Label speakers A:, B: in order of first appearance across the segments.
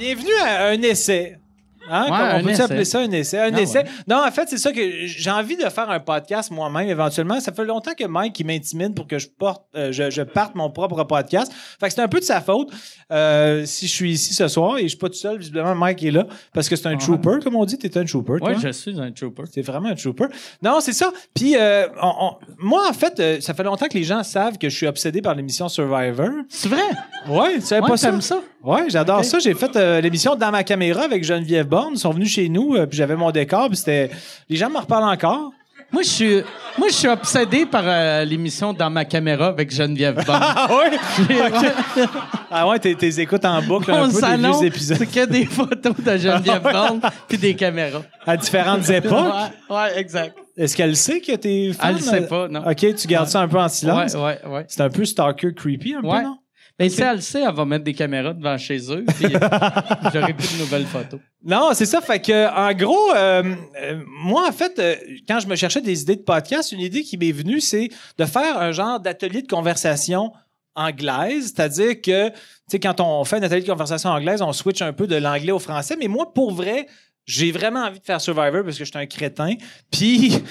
A: est venu à un essai. Hein,
B: Ouais,
A: comme
B: un
A: on peut
B: essai.
A: appeler ça un essai? Un
B: Ah,
A: essai.
B: ouais.
A: Non, en fait, c'est ça que j'ai envie de faire un podcast moi-même éventuellement. Ça fait longtemps que Mike il m'intimide pour que je porte, euh, je, je parte mon propre podcast. Fait que c'est un peu de sa faute euh, si je suis ici ce soir et je suis pas tout seul. Visiblement, Mike est là parce que c'est un
B: Ouais.
A: trooper, comme on dit. T'es un trooper, toi?
B: Oui, je suis un trooper.
A: C'est vraiment un trooper. Non, c'est ça. Puis, euh, on- on- moi, en fait, euh, ça fait longtemps que les gens savent que je suis obsédé par l'émission Survivor.
B: C'est vrai?
A: Ouais, tu savais
B: Ouais,
A: pas ça?
B: t'aimes ça?
A: Ouais, j'adore
B: Ok.
A: ça. J'ai fait euh, l'émission dans ma caméra avec Geneviève Borne. Ils sont venus chez nous, euh, puis j'avais mon décor, puis c'était. Les gens me reparlent encore.
B: Moi, je suis, moi, je suis obsédé par euh, l'émission Dans ma caméra avec Geneviève Bond.
A: Ah ouais? Ah ouais, tes, tes écoutes en boucle un
B: Mon
A: peu des
B: salon,
A: vieux épisodes Ah
B: c'est que des photos de Geneviève Bond puis des caméras.
A: à différentes époques.
B: Ouais, ouais, exact.
A: Est-ce qu'elle sait que t'es fan? euh?
B: Elle sait pas, non.
A: OK, tu gardes ça un peu en silence.
B: Ouais, ouais, ouais.
A: C'est un peu stalker creepy, un peu,
B: Ouais.
A: non?
B: Mais si elle le sait, elle va mettre des caméras devant chez eux, puis euh, j'aurai plus de nouvelles photos.
A: Non, c'est ça. Fait que, en gros, euh, euh, moi, en fait, euh, quand je me cherchais des idées de podcast, une idée qui m'est venue, c'est de faire un genre d'atelier de conversation anglaise, c'est-à-dire que, tu sais, quand on fait un atelier de conversation anglaise, on switch un peu de l'anglais au français. Mais moi, pour vrai, j'ai vraiment envie de faire Survivor parce que je suis un crétin. Puis,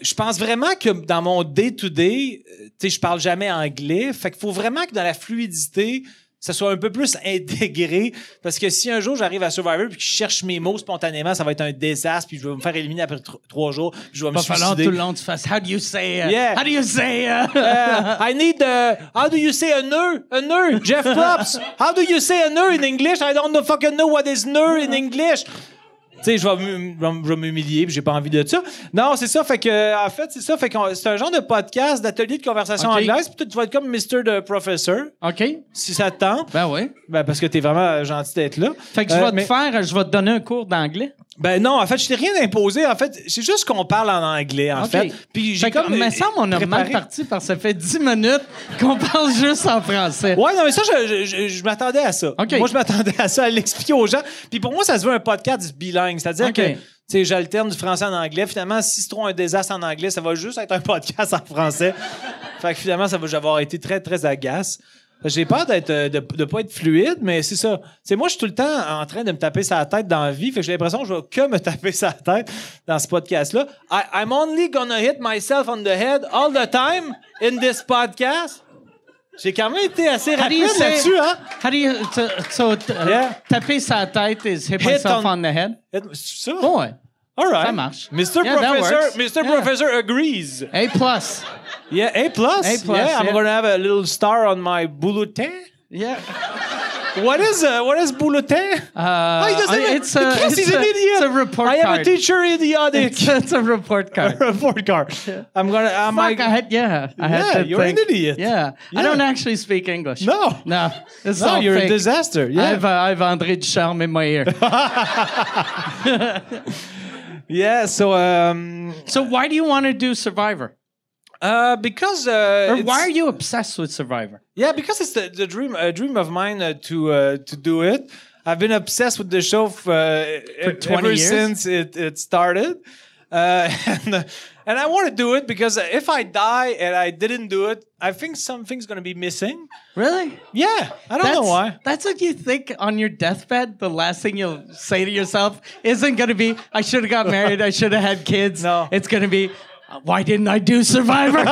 A: je pense vraiment que dans mon day-to-day, euh, tu sais, je parle jamais anglais. Fait qu'il faut vraiment que dans la fluidité, ça soit un peu plus intégré. Parce que si un jour j'arrive à Survivor puis que je cherche mes mots spontanément, ça va être un désastre puis je vais me faire éliminer après tro- trois jours puis je vais me
B: Va falloir tout
A: suicider.
B: le long tu fasses How do you say? uh,
A: Yeah.
B: How do you say? uh?
A: Euh, I need uh, how do you say a nœud? A nœud, Jeff Pops. How do you say a nœud in English? I don't know fucking know what is nœud in English. Tu sais, je vais m'hum- je vais m- je vais m'humilier, puis j'ai pas envie de ça. Non, c'est ça. Fait que, euh, en fait, c'est ça. Fait que c'est un genre de podcast, d'atelier de conversation
B: Ok.
A: anglaise. Puis toi, tu vas être comme Mr. de Professeur,
B: OK?
A: si ça te tente.
B: Ben oui.
A: Ben, parce que t'es vraiment gentil d'être là.
B: Fait que je
A: Euh,
B: vais
A: mais-
B: te faire, je vais te donner un cours d'anglais.
A: Ben non, en fait, je t'ai rien imposé. En fait, c'est juste qu'on parle en anglais, en
B: OK.
A: fait. Puis j'ai
B: Fait que,
A: comme... euh,
B: me semble on a mal
A: préparé-
B: parti parce que ça fait 10 minutes qu'on parle juste en français.
A: Ouais, non, mais ça, je, je- je- je m'attendais à ça.
B: OK.
A: Moi, je m'attendais à ça, à l'expliquer aux gens. Puis pour moi, ça se veut un podcast bilingue. C'est-à-dire
B: OK.
A: que, tu sais, j'alterne du français en anglais. Finalement, si c'est trop un désastre en anglais, ça va juste être un podcast en français. fait que finalement, ça va j'avoir été très, très agace. J'ai peur d'être, euh, de, de pas être fluide, mais c'est ça. C'est moi, je suis tout le temps en train de me taper sa tête dans la vie. Fait que j'ai l'impression que je vais que me taper sa tête dans ce podcast-là. I- I'm only gonna hit myself on the head all the time in this podcast. J'ai quand même été assez
B: How do you
A: rapide
B: say-
A: là-dessus, hein?
B: How do you, so, so, t-
A: Yeah.
B: taper sa tête is hit,
A: Hit
B: myself
A: on-
B: on... the head?
A: C'est ça?
B: Bon, ouais.
A: All right.
B: ça marche.
A: Mr.
B: Yeah, that
A: Professor,
B: works.
A: Mr.
B: Yeah.
A: Professor agrees.
B: A plus.
A: Yeah, A+. plus.
B: A plus,
A: yeah, I'm
B: yeah.
A: gonna have a little star on my bulletin.
B: Yeah.
A: What is uh, what is bulletin?
B: Uh,
A: oh, he doesn't even-
B: it's a,
A: Chris,
B: it's
A: he's
B: a,
A: an idiot.
B: It's a report
A: I am a
B: card.
A: teacher idiotic.
B: It's, it's a report card.
A: report card. I'm gonna. I'm
B: Fuck, I had, yeah. I had
A: Yeah,
B: that
A: you're an
B: thing.
A: idiot.
B: Yeah.
A: Yeah.
B: I don't actually speak English.
A: No.
B: No. It's
A: no,
B: all
A: you're a
B: fake.
A: disaster.
B: I
A: Yeah,
B: have, uh, I have André Ducharme in my ear.
A: yeah. So, um,
B: so why do you want to do Survivor?
A: uh, because uh,
B: Or
A: it's-
B: why are you obsessed with Survivor?
A: Yeah, because it's the, the dream a dream of mine uh, to uh, to do it. I've been obsessed with the show f- uh, e-
B: 20
A: ever
B: years?
A: since it, it started, uh, and and I want to do it because if I die and I didn't do it, I think something's gonna be missing.
B: Really?
A: Yeah, I don't know why.
B: That's what you think on your deathbed. The last thing you'll say to yourself isn't going to be, I should have got married. I should have had kids.
A: No.
B: It's going to be, why didn't I do Survivor?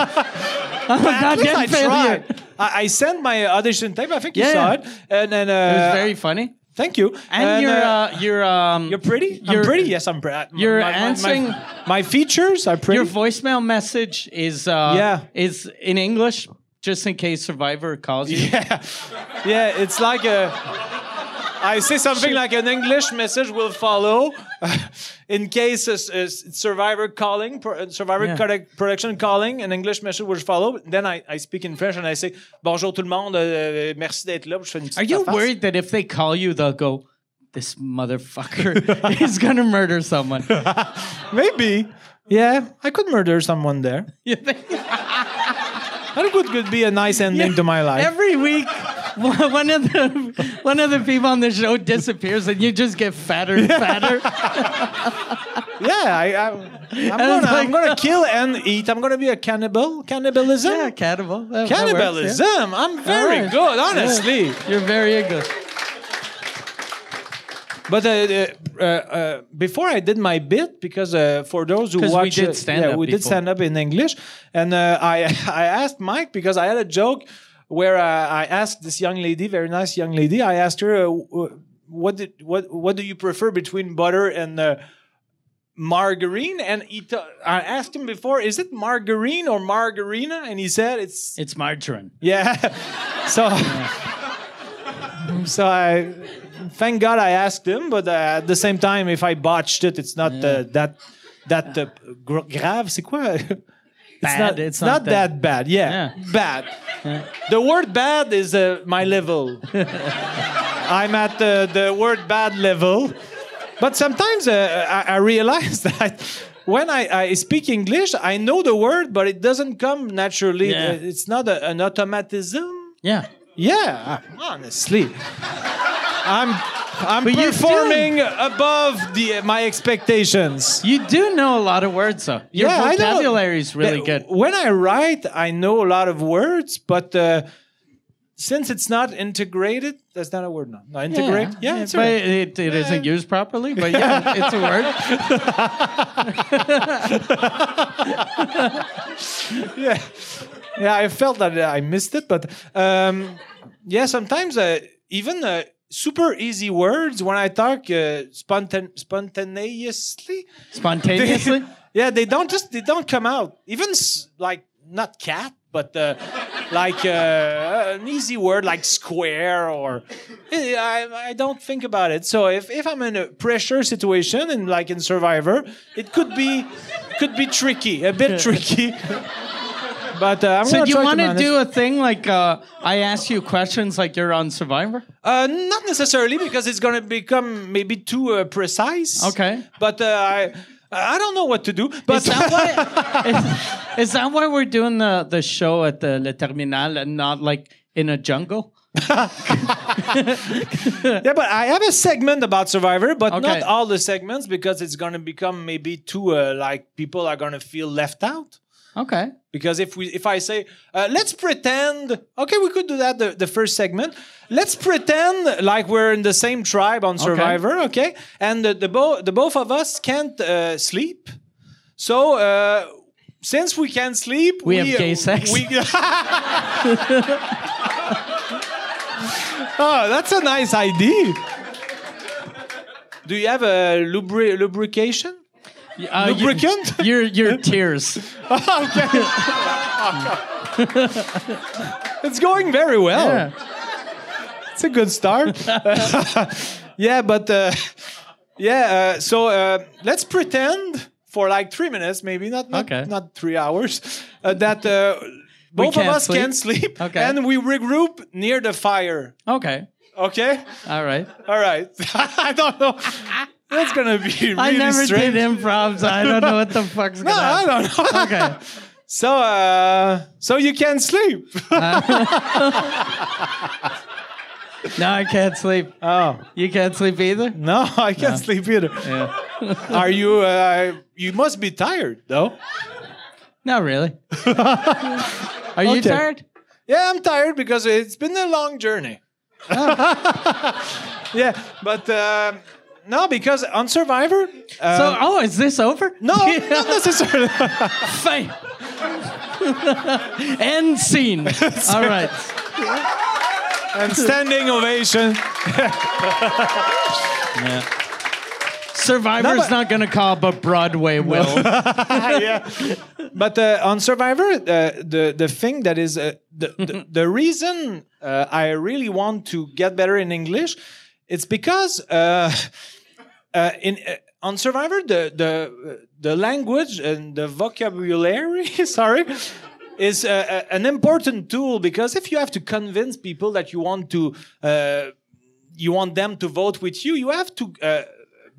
B: I'm a
A: At least I
B: goddamn failure.
A: tried. I, I sent my audition tape. I think you
B: Yeah.
A: saw it, and then uh,
B: It was very funny.
A: thank you.
B: And, you're,
A: uh,
B: uh, you're, um,
A: you're pretty.
B: you're-
A: I'm pretty. Yes, I'm pretty.
B: you're answering-
A: My, my features are pretty.
B: Your voicemail message is, uh,
A: Yeah.
B: is in English, just in case Survivor calls you.
A: Yeah, yeah, it's like a. I say something like an English message will follow uh, in case a, a survivor calling, pro- uh, survivor
B: Yeah.
A: correct- production calling, an English message will follow. Then I, I speak in Frensh and I say bonjour tout le monde, euh, merci d'être là. Puis je fais une petite
B: Are you
A: face.
B: worried that if they call you, they'll go, this motherfucker is going to murder someone?
A: Maybe. Yeah, I could murder someone there.
B: You think?
A: That could, could be a nice ending to my life.
B: Every week, one one of the one of the people on the show disappears, and you just get fatter and fatter.
A: yeah, I, I, I'm,
B: it's
A: gonna, I'm
B: like-
A: gonna kill and eat. I'm gonna be a cannibal. Cannibalism.
B: yeah, cannibal. That- that works,
A: Cannibalism. I'm very
B: Alright.
A: good, honestly.
B: yeah. You're very good.
A: But uh, uh, uh, uh, before I did my bit, because uh, for those who
B: 'Cause we
A: watch,
B: did
A: uh,
B: stand-up
A: yeah, we did
B: before.
A: stand up in English, and uh, I I asked Mike because I had a joke where uh, I asked this young lady, very nice young lady, I asked her, uh, w- what did, what what do you prefer between butter and uh, margarine? And he t- I asked him before, is it margarine or margarina? And he said it's
B: It's margarine.
A: yeah. so, so I thank God I asked him, but uh, at the same time, if I botched it, it's not uh, that that uh, gr- grave. C'est quoi? It's
B: Bad,
A: not,
B: it's
A: it's not
B: not that-
A: that bad. Yeah,
B: Yeah.
A: bad. The word bad is uh, my level. I'm at the, the word bad level. But sometimes uh, I, I realize that when I, I speak English, I know the word, but it doesn't come naturally.
B: Yeah.
A: Uh, It's not a, an automatism.
B: Yeah.
A: Yeah, honestly. I'm, I'm
B: you
A: performing above the, my expectations.
B: You do know a lot of words, though. Your
A: Yeah, I know.
B: vocabulary is really
A: Uh,
B: good.
A: When I write, I know a lot of words, but uh, since it's not integrated, that's not a word. No, no integrate. Yeah, it's
B: but
A: right.
B: it, it isn't used properly, but yeah, it's a word.
A: Yeah, yeah. I felt that I missed it, but um, yeah. Sometimes uh, even uh, super easy words when I talk uh, spontan- spontaneously.
B: Spontaneously.
A: yeah, they don't just they don't come out. Even s- like not cat, but uh, like uh, an easy word like square or Eh, I, I don't think about it. So if, if I'm in a pressure situation and like in Survivor, it could be could be tricky, a bit tricky. But uh, I'm
B: So
A: gonna
B: do you
A: try
B: want to
A: manage.
B: do a thing like uh, I ask you questions like you're on Survivor?
A: Uh, not necessarily because it's going to become maybe too uh, precise.
B: Okay.
A: But uh, I I don't know what to do. But
B: Is that why, is, is that why we're doing the, the show at the Le Terminal and not like in a jungle?
A: Yeah, but I have a segment about Survivor, but
B: Okay.
A: not all the segments because it's going to become maybe too uh, like people are going to feel left out.
B: Okay.
A: Because if we if I say uh, let's pretend, okay, we could do that the, the first segment. Let's pretend like we're in the same tribe on Survivor, okay? And the the, bo- the both of us can't uh, sleep, so. Uh, since we can't sleep,
B: We have gay sex.
A: we- oh, that's a nice idea. Do you have a lubri- lubrication?
B: Uh, you-
A: Lubricant?
B: Your your tears.
A: okay. it's going very well.
B: Yeah.
A: It's a good start. yeah, but uh, yeah. Uh, so uh, let's pretend for like three minutes, maybe not not,
B: Okay.
A: not three hours, uh, that uh, both of
B: can't
A: us
B: sleep.
A: can sleep,
B: Okay.
A: and we regroup near the fire.
B: Okay.
A: Okay.
B: All right.
A: All right. I don't know. That's gonna be really
B: I never
A: strange.
B: did improv, so I don't know what the fuck's
A: No,
B: going to
A: I
B: happen.
A: don't know.
B: Okay.
A: So, uh, so you can sleep.
B: No, I can't sleep.
A: Oh
B: You can't sleep either?
A: no, I can't sleep either.
B: Yeah.
A: Are you? Uh, you must be tired, though.
B: Not really. Are you
A: Okay.
B: tired?
A: Yeah, I'm tired because it's been a long journey. yeah, but uh, no, because on Survivor, uh,
B: So, oh, is this over?
A: no, not necessarily.
B: Fine. End scene. All right.
A: and standing ovation.
B: Survivor's
A: No, but-
B: not going to call, but Broadway will.
A: yeah. But uh, on Survivor, uh, the the thing that is uh, the, the the reason uh, I really want to get better in English, it's because uh, uh, in uh, on Survivor the the the language and the vocabulary, sorry. Is uh, uh, an important tool because if you have to convince people that you want to, uh, you want them to vote with you, you have to uh,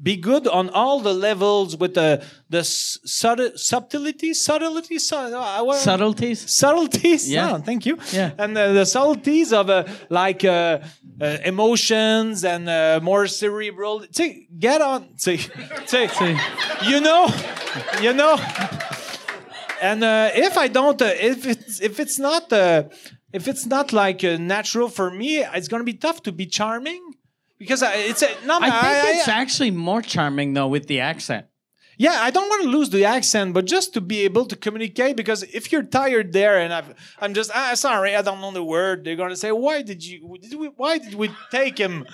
A: be good on all the levels with the the s- subtle, subtlety, subtlety, su- uh, I wa-
B: Subtleties?
A: subtleties.
B: Yeah.
A: Ah, thank you.
B: Yeah.
A: and uh, the subtleties of uh, like uh, uh, emotions and uh, more cerebral. See, get on. See, see, you know, you know. And uh, if I don't, uh, if it's if it's not uh, if it's not like uh, natural for me, it's gonna be tough to be charming because I, it's a, no,
B: I
A: but
B: think
A: I-
B: it's
A: I-
B: actually more charming though with the accent.
A: yeah, I don't want to lose the accent, but just to be able to communicate. Because if you're tired there, and I've, I'm just, ah, sorry, I don't know the word. They're gonna say, why did you, did we, why did we take him?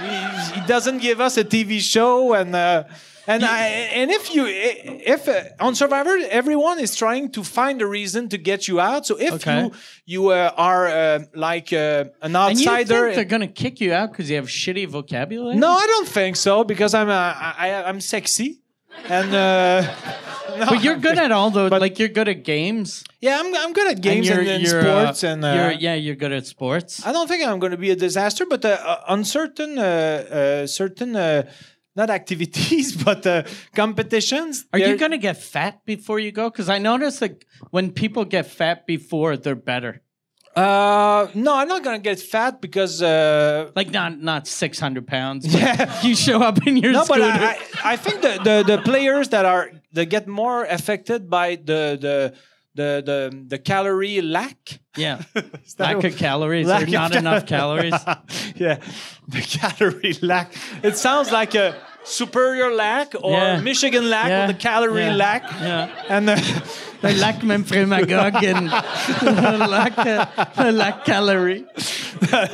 A: he, he doesn't give us a TV show, and uh, and I, and if you, if uh, on Survivor, everyone is trying to find a reason to get you out. So if
B: Okay.
A: you you uh, are uh, like uh, an
B: And you think
A: outsider,
B: they're gonna kick you out because you have shitty vocabulary?
A: no, I don't think so because I'm uh, I, I- I'm sexy, and uh, no,
B: but you're good at all those.
A: But-
B: like you're good at games.
A: yeah, I'm I'm good at games and,
B: you're-
A: and
B: you're, uh,
A: sports, and uh,
B: you're, yeah, you're good at sports.
A: I don't think I'm going to be a disaster. But uh, uh, on certain uh, uh, certain uh, not activities, but uh, competitions,
B: Are you
A: they're-
B: gonna get fat before you go? Because I notice like when people get fat before, they're better.
A: Uh, no, I'm not gonna get fat because uh,
B: Like not not six hundred pounds. but
A: Yeah.
B: You show up in your
A: no, but
B: scooter.
A: I, I, I think the, the the players that are that get more affected by the the the the, the calorie lack.
B: yeah.
A: Is that
B: Lack
A: a-
B: of calories
A: Lack
B: or
A: of
B: not
A: cal-
B: enough calories.
A: yeah, the calorie lack. It sounds like a superior lack or
B: Yeah.
A: Michigan lack
B: Yeah.
A: or the calorie
B: Yeah.
A: lack.
B: Yeah.
A: And uh,
B: They lack Memphrey Magog and they lack, uh, they lack calorie.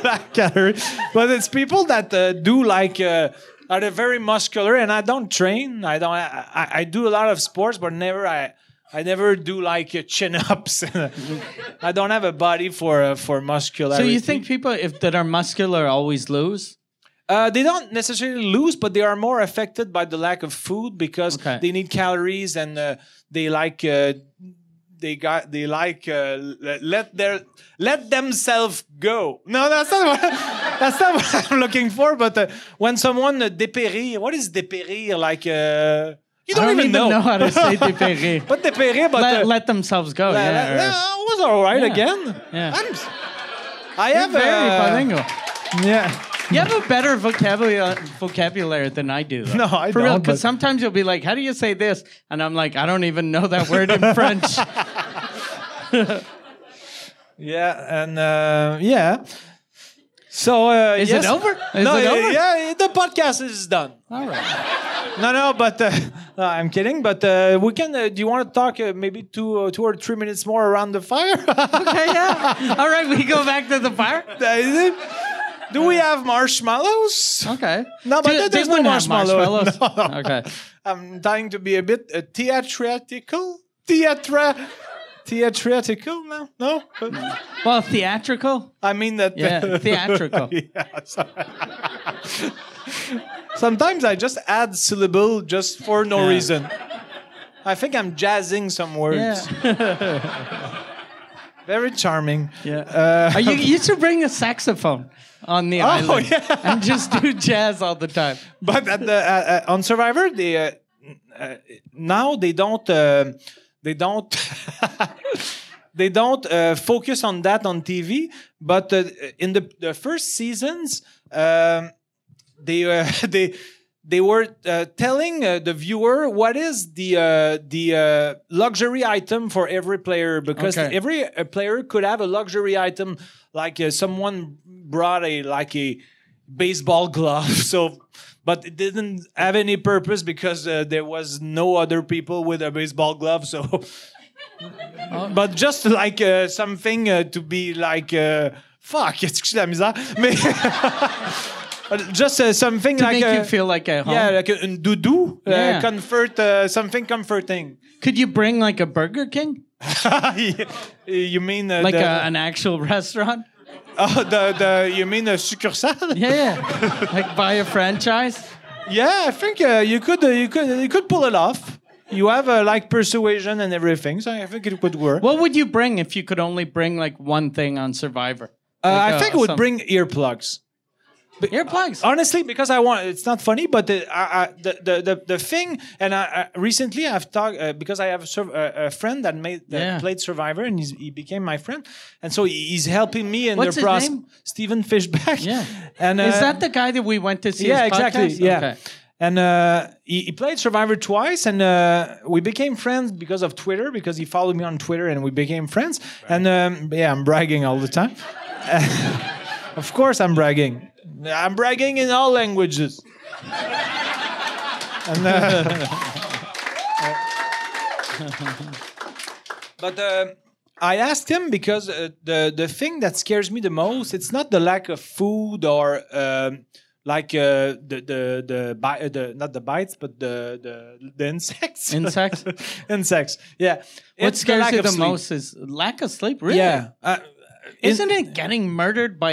A: lack calorie, but it's people that uh, do like. Uh, are they very muscular? And I don't train. I don't. I, I, I do a lot of sports, but never. I I never do like uh, chin ups. I don't have a body for uh, for muscularity.
B: So you think people if that are muscular always lose?
A: Uh, they don't necessarily lose, but they are more affected by the lack of food because
B: Okay.
A: they need calories and uh, they like uh, they got they like uh, le- let their let themselves go. No, that's not what, that's not what I'm looking for. But uh, when someone uh, dépérir, what is dépérir? Like uh, you don't,
B: I don't even know. how to say dépérir.
A: But dépérir, but
B: let,
A: uh,
B: let themselves go.
A: la-
B: yeah.
A: la-
B: or-
A: la- I was all right
B: Yeah.
A: again.
B: Yeah.
A: I'm, I have
B: very
A: uh,
B: bilingual.
A: Yeah.
B: You have a better vocabulary vocabulary than I do. though.
A: No, I
B: For real,
A: don't,
B: because
A: but-
B: sometimes you'll be like, "How do you say this?" And I'm like, "I don't even know that word in French."
A: Yeah, and uh, yeah. So uh,
B: Is
A: yes-
B: it over? Is
A: no,
B: it
A: yeah,
B: over?
A: yeah, the podcast is done.
B: All right.
A: No, no, but uh, no, I'm kidding. But uh, we can. Uh, do you want to talk uh, maybe two, uh, two or three minutes more around the fire?
B: Okay. Yeah. All right. We go back to the fire.
A: That is it. Do we have marshmallows?
B: Okay.
A: No, but
B: Do-
A: that
B: they
A: is no
B: wouldn't have
A: marshmallow.
B: marshmallows.
A: No.
B: Okay.
A: I'm trying to be a bit uh, theatrical. Theatra. Theatrical now? No?
B: Well, theatrical.
A: I mean that.
B: Yeah, theatrical.
A: Yeah, sorry. Sometimes I just add syllable just for no
B: Yeah.
A: reason. I think I'm jazzing some words.
B: Yeah.
A: Very charming. Uh,
B: Yeah. Are you, you should bring a saxophone on the island
A: Oh, yeah.
B: and just do jazz all the time.
A: But at the, uh, uh, on Survivor, they uh, uh, now they don't uh, they don't they don't uh, focus on that on TV. But uh, in the, the first seasons, um, they uh, they they were uh, telling uh, the viewer what is the uh, the uh, luxury item for every player because
B: Okay.
A: every uh, player could have a luxury item like uh, someone brought a like a baseball glove so but it didn't have any purpose because uh, there was no other people with a baseball glove so but just like uh, something uh, to be like uh, fuck excuse la misère mais just uh, something
B: To
A: like
B: make
A: uh,
B: you feel like at home.
A: yeah, like a, a doudou, uh,
B: Yeah.
A: comfort, uh, something comforting.
B: Could you bring like a Burger King?
A: you mean uh,
B: Like
A: the,
B: a, an actual restaurant?
A: oh, the the you mean a succursale?
B: Yeah, yeah. like buy a franchise?
A: Yeah, I think uh, you could uh, you could you could pull it off. You have uh, like persuasion and everything, so I think it would work.
B: What would you bring if you could only bring like one thing on Survivor?
A: uh,
B: like,
A: I
B: uh,
A: think it would
B: some-
A: bring Oh, earplugs.
B: Earplugs.
A: honestly because i want it's not funny but the I, I, the, the, the the thing and I, I recently i've talked uh, because i have a, sur- a, a friend that made that
B: Yeah.
A: played survivor and he's, he became my friend and so he- he's helping me in
B: What's
A: the
B: his
A: process
B: name?
A: stephen fishback
B: Yeah.
A: and uh,
B: Is that the guy that we went to see?
A: yeah
B: his
A: exactly
B: podcast?
A: yeah
B: Okay.
A: And uh, he, he played Survivor twice, and uh, we became friends because of Twitter, because he followed me on Twitter, and we became friends. And um, yeah, I'm bragging all the time. of course, I'm bragging. I'm bragging in all languages. And, uh, but uh, I asked him because uh, the the thing that scares me the most it's not the lack of food or um, like uh, the the the, bi- uh, the not the bites but the the, the insects
B: Insects?
A: insects yeah
B: What
A: It's the
B: scares
A: lack
B: you
A: of
B: the
A: sleep.
B: most is lack of sleep. Really?
A: yeah Uh, in-
B: Isn't it getting murdered by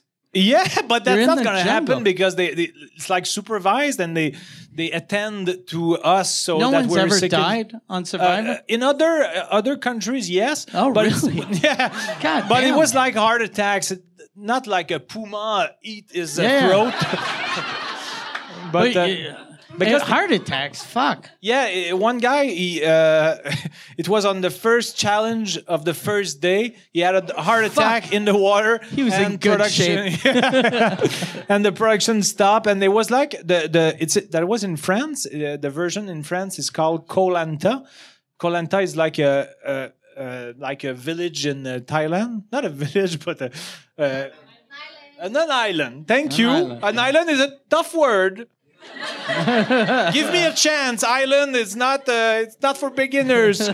A: Yeah, but
B: You're
A: that's
B: in
A: not
B: the
A: going to
B: jungle.
A: happen because they, they it's like supervised and they they attend to us so
B: no
A: that
B: one's
A: we're
B: ever
A: secure-
B: died on
A: Uh,
B: Survivor.
A: uh, in other uh, other countries, yes.
B: Oh,
A: but it's-
B: really?
A: Yeah.
B: God
A: but
B: damn.
A: it was like heart attacks, it- not like a puma eat his uh,
B: Yeah.
A: throat. but
B: but,
A: uh,
B: uh,
A: because
B: because heart attacks. Fuck.
A: yeah, eh, one guy, he, uh, it was on the first challenge of the first day. He had a d- heart attack in the water. He
B: was in good
A: and the production stopped. And there was like the the it's that was in France. Uh, the version in France is called Kolanta. Kolanta is like a. a uh, like a village in uh, Thailand, not a village, but a, uh, an island. Thank you.
B: island,
A: An island is a tough word. Give me a chance. Island is not uh, it's not for beginners.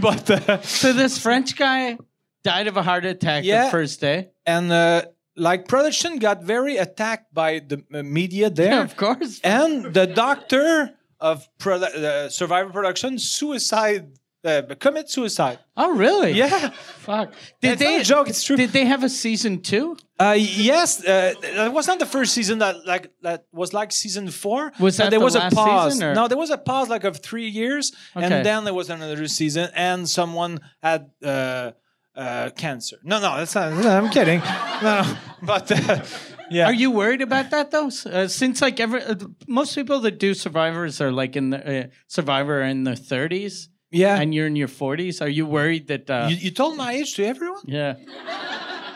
A: but uh,
B: So this French guy died of a heart attack the
A: Yeah.
B: first day.
A: and uh, like production got very attacked by the uh, media there.
B: Of course.
A: And the doctor of produ- uh, Survivor Production suicide uh, commit suicide.
B: Oh really?
A: Yeah.
B: Fuck.
A: It's not a joke, it's true.
B: Did they have a season two?
A: Uh, yes, uh, that was not the first season that like that was like season four.
B: Was
A: Uh,
B: that
A: there
B: the
A: was
B: last
A: a pause?
B: season, or-
A: No, there was a pause like of three years,
B: Okay.
A: and then there was another season, and someone had uh, uh, cancer. No, no, that's not. no, I'm kidding. No, no. but uh, yeah.
B: Are you worried about that though? S- Uh, since like every uh, most people that do survivors are like in the uh, survivor are in their thirties.
A: Yeah.
B: And you're in your forties. Are you worried that? Uh,
A: You, you told my age to everyone.
B: yeah.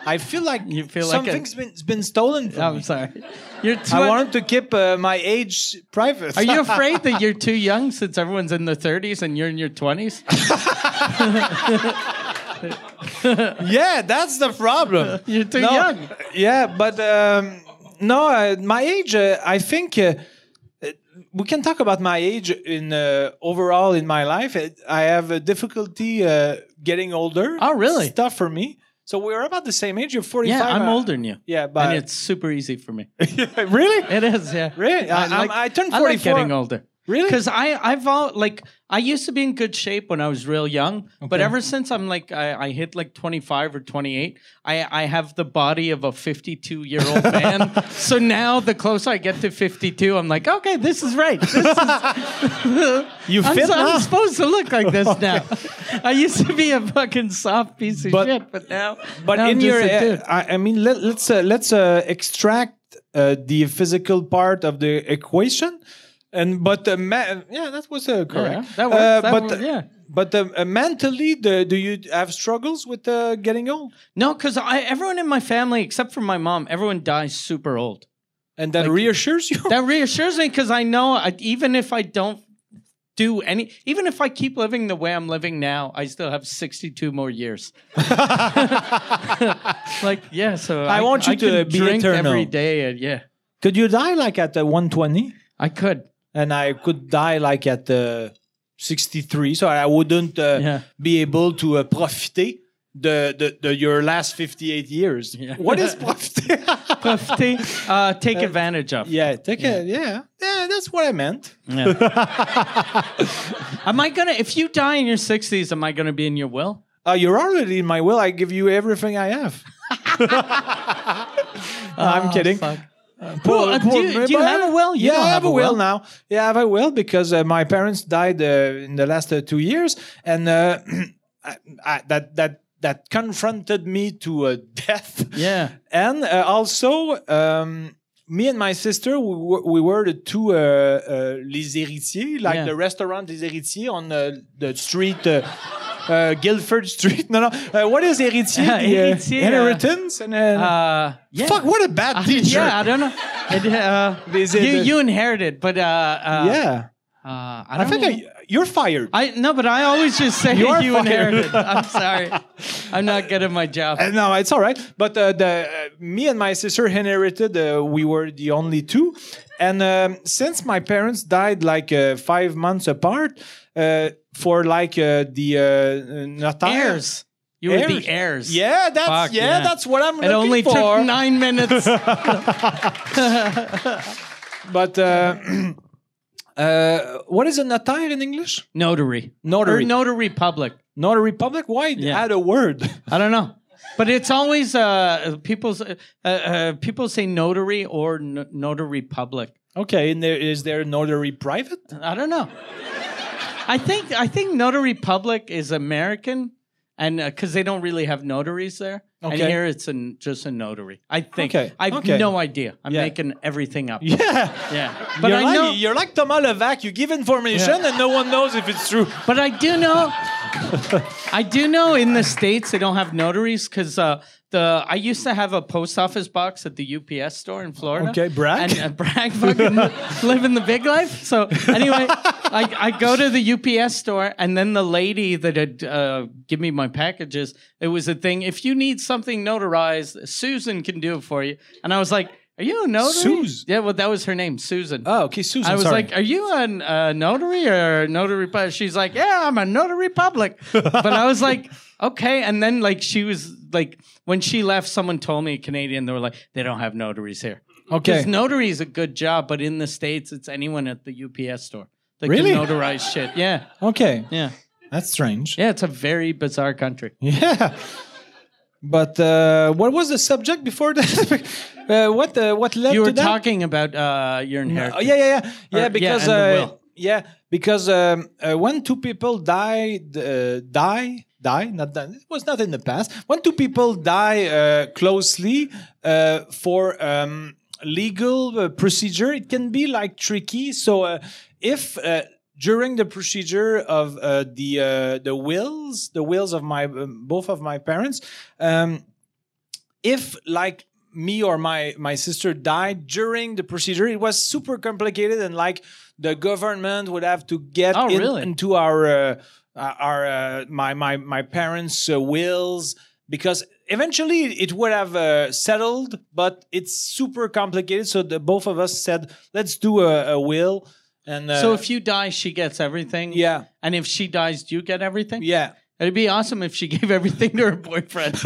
A: I feel like
B: You feel like a- Oh.
A: something's been been stolen from
B: I'm
A: me.
B: sorry. You're too.
A: I wanted to keep uh, my age private.
B: Are you afraid that you're too young since everyone's in their 30s and you're in your 20s?
A: Yeah, that's the problem.
B: You're too
A: No,
B: young.
A: Yeah, but um, no, uh, my age. Uh, I think uh, uh, we can talk about my age in uh, overall in my life. It, I have a difficulty uh, getting older.
B: Oh, really?
A: It's tough for me. So we're about the same age. You're 45.
B: Yeah, I'm
A: uh,
B: older than you.
A: Yeah, but
B: And it's super easy for me.
A: really,
B: It is, yeah.
A: Really? I- I'm- I turned
B: I like
A: 44.
B: getting older.
A: Really?
B: Because I, I've all, like, I used to be in good shape when I was real young, but
A: Okay.
B: ever since I'm like, I, I hit like 25 or 28, I, I have the body of a 52 year old man. so now the closer I get to 52, I'm like, okay, this is right. This is,
A: You
B: I'm,
A: fit
B: so- I'm
A: now.
B: supposed to look like this now. I used to be a fucking soft piece of
A: But-
B: shit, but now,
A: but
B: now I'm
A: in
B: just
A: your,
B: a
A: uh,
B: dude.
A: I, I mean, let, let's uh, let's uh, extract uh, the physical part of the equation, and but uh, ma- yeah, that was uh, correct.
B: that works,
A: Uh,
B: that
A: but
B: works, yeah.
A: but uh, uh, mentally, the, do you have struggles with uh, getting old
B: No, because everyone in my family, except for my mom, everyone dies super old.
A: and that reassures you?
B: That reassures me because I know I, even if I don't do any, even if I keep living the way I'm living now, I still have 62 more years. like, yeah, so
A: I want you to
B: can
A: be
B: drink
A: eternal.
B: every day. And, yeah,
A: could you die like at uh, 120,
B: I could.
A: and I could die like at uh, 63, so I wouldn't uh,
B: Yeah.
A: be able to uh, profiter. The, the, the your last 58 years what is profiter
B: Puffy, uh, take advantage of.
A: Yeah, take a yeah. Yeah, that's what I meant.
B: Am I gonna? If you die in your 60s, am I gonna be in your will?
A: Uh, you're already in my will. I give you everything I have. No, I'm kidding.
B: Oh, Fuck.
A: Poor-
B: uh, do
A: poor
B: you- do
A: me,
B: you
A: but-
B: have a will? You
A: yeah,
B: don't
A: I
B: have
A: have
B: a
A: a
B: will.
A: will now. Yeah, I have a will because uh, my parents died uh, in the last uh, two years, and uh, I, I, that that that confronted me to uh, death.
B: Yeah.
A: and uh, also. Um, me and my sister, we were, we were the two uh, uh, les héritiers, like
B: Yeah.
A: the restaurant les héritiers on uh, the street, uh, uh, Guilford Street. No, no. Uh, what is héritier?
B: Yeah,
A: The, uh,
B: héritier, uh,
A: inheritance. and, uh,
B: Uh, yeah.
A: Fuck! What a bad teacher.
B: Yeah, I don't know. It, uh,
A: Is it
B: you,
A: the-
B: you inherited, but uh, uh,
A: yeah.
B: uh, I
A: I
B: don't
A: think
B: know.
A: I, You're fired.
B: I no, but I always just say
A: You
B: you,
A: are fired.
B: inherited. I'm sorry, I'm not good at my job.
A: Uh, no, it's all right. But uh, the uh, me and my sister inherited. Uh, we were the only two, and um, since my parents died like uh, five months apart, uh, for like uh, the uh, notaire.
B: Heirs, you were the heirs.
A: Yeah, that's
B: Fuck,
A: yeah,
B: yeah.
A: that's what I'm
B: It
A: looking
B: only
A: for.
B: took nine minutes.
A: But uh, uh, what is a notaire in English?
B: Notary.
A: Notary.
B: Or notary public.
A: Notary public? Why
B: Yeah.
A: add a word?
B: I don't know. But it's always uh, people's uh, uh, people say notary or n- notary public.
A: okay, and there, is there notary private?
B: I don't know. I think I think notary public is American, and because they don't really have notaries there, and
A: Okay.
B: here it's an, just a notary. I think.
A: Okay,
B: I have
A: okay.
B: no idea. I'm
A: Yeah.
B: making everything up.
A: Yeah.
B: Yeah, but
A: But you're,
B: I
A: like,
B: know.
A: you're like Thomas Levac. You give information and no one knows if it's true.
B: But I do know, I do know in the states they don't have notaries because uh, the I used to have a post office box at the UPS store in Florida.
A: Okay, brag.
B: And uh, brag fucking living the big life. So anyway, I, I go to the UPS store and then the lady that had uh, give me my packages, it was a thing. If you need something notarized, Susan can do it for you. And I was like, Are you a notary?
A: Suze.
B: Yeah, well, that was her name, Susan.
A: Oh, okay, Susan.
B: I was
A: sorry.
B: like, "Are you a uh, notary or a notary?" Public? She's like, "Yeah, I'm a notary public." but I was like, "Okay." And then like she was like, when she left, someone told me Canadian. They were like, "They don't have notaries here."
A: Okay.
B: because notary is a good job, but in the states, it's anyone at the UPS store that
A: Really?
B: can notarize shit. Yeah,
A: okay,
B: yeah,
A: that's strange.
B: yeah. It's a very bizarre country.
A: Yeah. But uh, what was the subject before that? uh, what uh, what led
B: You
A: to
B: were
A: that?
B: talking about uh, your inheritance.
A: Oh, yeah, yeah, yeah, yeah.
B: yeah,
A: because
B: and the
A: uh,
B: will.
A: yeah, because um, uh, when two people die, uh, die, die, not die. It was not in the past. When two people die uh, closely uh, for um, legal uh, procedure, it can be like tricky. So uh, if uh, during the procedure of uh, the uh, the wills, the wills of my um, both of my parents. Um, if like me or my my sister died during the procedure it was super complicated and like the government would have to get
B: Oh,
A: in-
B: really?
A: into our uh, uh, our uh, my my my parents uh, wills because eventually it would have uh, settled but it's super complicated so the both of us said let's do a, a will and uh,
B: So if you die, she gets everything.
A: yeah
B: And if she dies, do you get everything?
A: yeah
B: It'd be awesome if she gave everything to her boyfriend.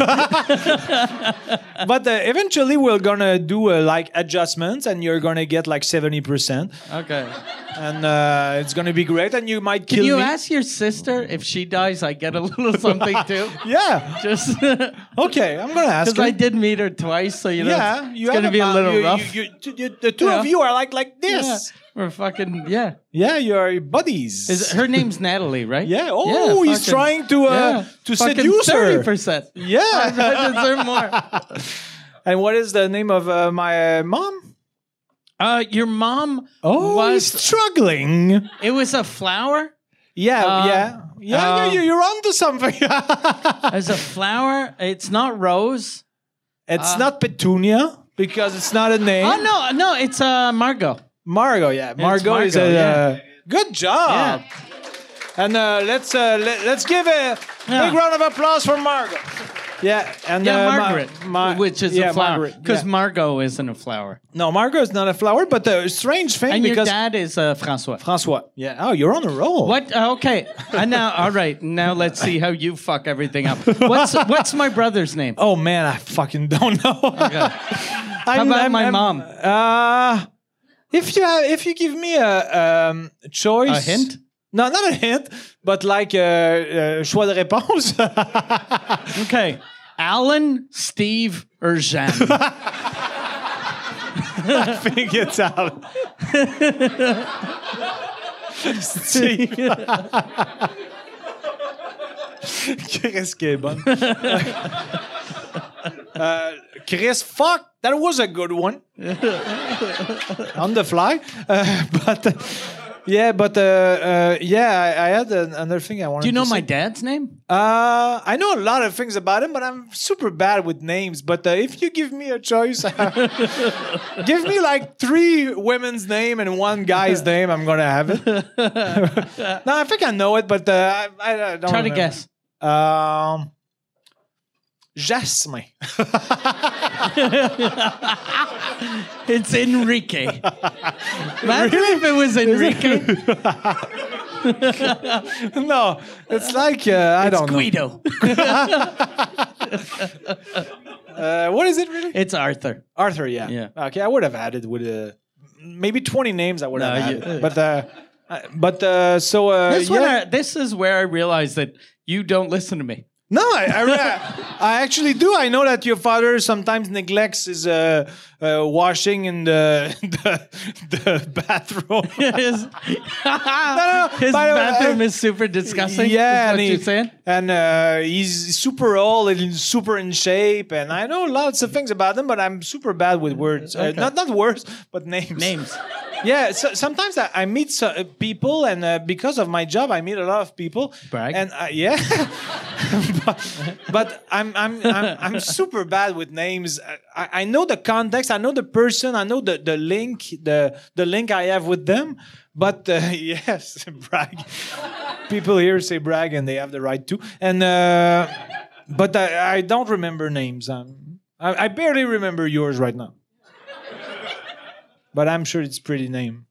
A: but uh, eventually we're gonna do uh, like adjustments and you're gonna get like 70%
B: okay.
A: and uh, it's gonna be great. And you might kill
B: Can you
A: me.
B: ask your sister if she dies, I get a little something too?
A: Yeah.
B: Just because
A: Okay, I'm gonna ask.
B: I
A: her.
B: did meet her twice, so you know
A: yeah,
B: it's,
A: you
B: it's
A: have
B: gonna be a
A: mouth-
B: little
A: you- you-
B: rough.
A: you- t- you- the two
B: Yeah.
A: of you are like like
B: yeah,
A: this.
B: we're fucking yeah.
A: Yeah, you're buddies.
B: Is her name's Natalie, right?
A: Yeah. Oh, he's trying to, uh, to seduce her.
B: Thirty percent.
A: yeah.
B: I deserve more.
A: and what is the name of uh, my uh, mom?
B: Uh, your mom
A: Oh, he's
B: was
A: struggling.
B: it was a flower.
A: Yeah,
B: Uh,
A: yeah, yeah,
B: uh,
A: yeah. You, you're onto something.
B: It was a flower. It's not rose. uh,
A: it's not Petunia because it's not a name.
B: Oh no, no, it's uh Margot.
A: Margot, yeah. Margot, is a
B: Margot,
A: uh, good job. And uh, let's uh, let, let's give a
B: Yeah.
A: big round of applause for Margot. Yeah, and
B: Yeah,
A: uh, Ma-
B: Margaret,
A: Ma-
B: which is
A: yeah,
B: a flower.
A: Margaret,
B: Because
A: yeah.
B: Margot isn't a flower.
A: no, Margot is not a flower, but the strange thing
B: And your
A: because
B: dad is uh, Francois.
A: Francois. Yeah. Oh, you're on a roll.
B: What? uh, okay. And now, all right. Now let's see how you fuck everything up. What's What's my brother's name?
A: Oh man, I fucking don't
B: Oh
A: know. How
B: about my mom?
A: Uh, if you have, if you give me a um, choice,
B: A hint?
A: No, not a hint, but like a, uh choix de réponse.
B: Okay. Alan, Steve, or Jean.
A: think it's out. Steve. Chris qui est bonne. Uh, Chris, fuck, that was a good one. On the fly. Uh, but yeah, but uh, uh, yeah, I, I had an- another thing I wanted.
B: Do you know
A: to
B: my
A: say.
B: dad's name?
A: Uh, I know a lot of things about him, but I'm super bad with names. But uh, if you give me a choice, give me like three women's name and one guy's name, I'm gonna have it. no, I think I know it, but uh, I, I don't.
B: Try to
A: remember.
B: guess.
A: Um, Jasmine.
B: It's Enrique. Imagine if it was Enrique.
A: no, it's like uh, I
B: It's
A: don't
B: Guido.
A: know. Uh, what is it really?
B: It's Arthur.
A: Arthur, yeah.
B: Yeah.
A: Okay, I would have added with uh, maybe 20 names I would
B: No,
A: have
B: you-
A: added. but uh, I- but uh, so uh,
B: This, one
A: yeah.
B: I- this is where I realized that you don't listen to me.
A: no, I, I, re- I actually do. I know that your father sometimes neglects his uh, uh, washing in the the, the bathroom.
B: His, his
A: by the way,
B: bathroom
A: I-
B: is super disgusting.
A: Yeah,
B: is what
A: and,
B: you're
A: he-
B: saying?
A: and uh, he's super old and he's super in shape. And I know lots of things about him, but I'm super bad with words. Uh, not not words, but names.
B: Names.
A: Yeah, so, sometimes I, I meet so, uh, people, and uh, because of my job, I meet a lot of people.
B: Brag.
A: And uh, yeah, but, but I'm, I'm I'm I'm super bad with names. I- I, I know the context, I know the person, I know the, the link, the the link I have with them. But uh, yes, brag. People here say brag, and they have the right to. And uh, but I, I don't remember names. I'm, I I barely remember yours right now. But I'm sure it's pretty name.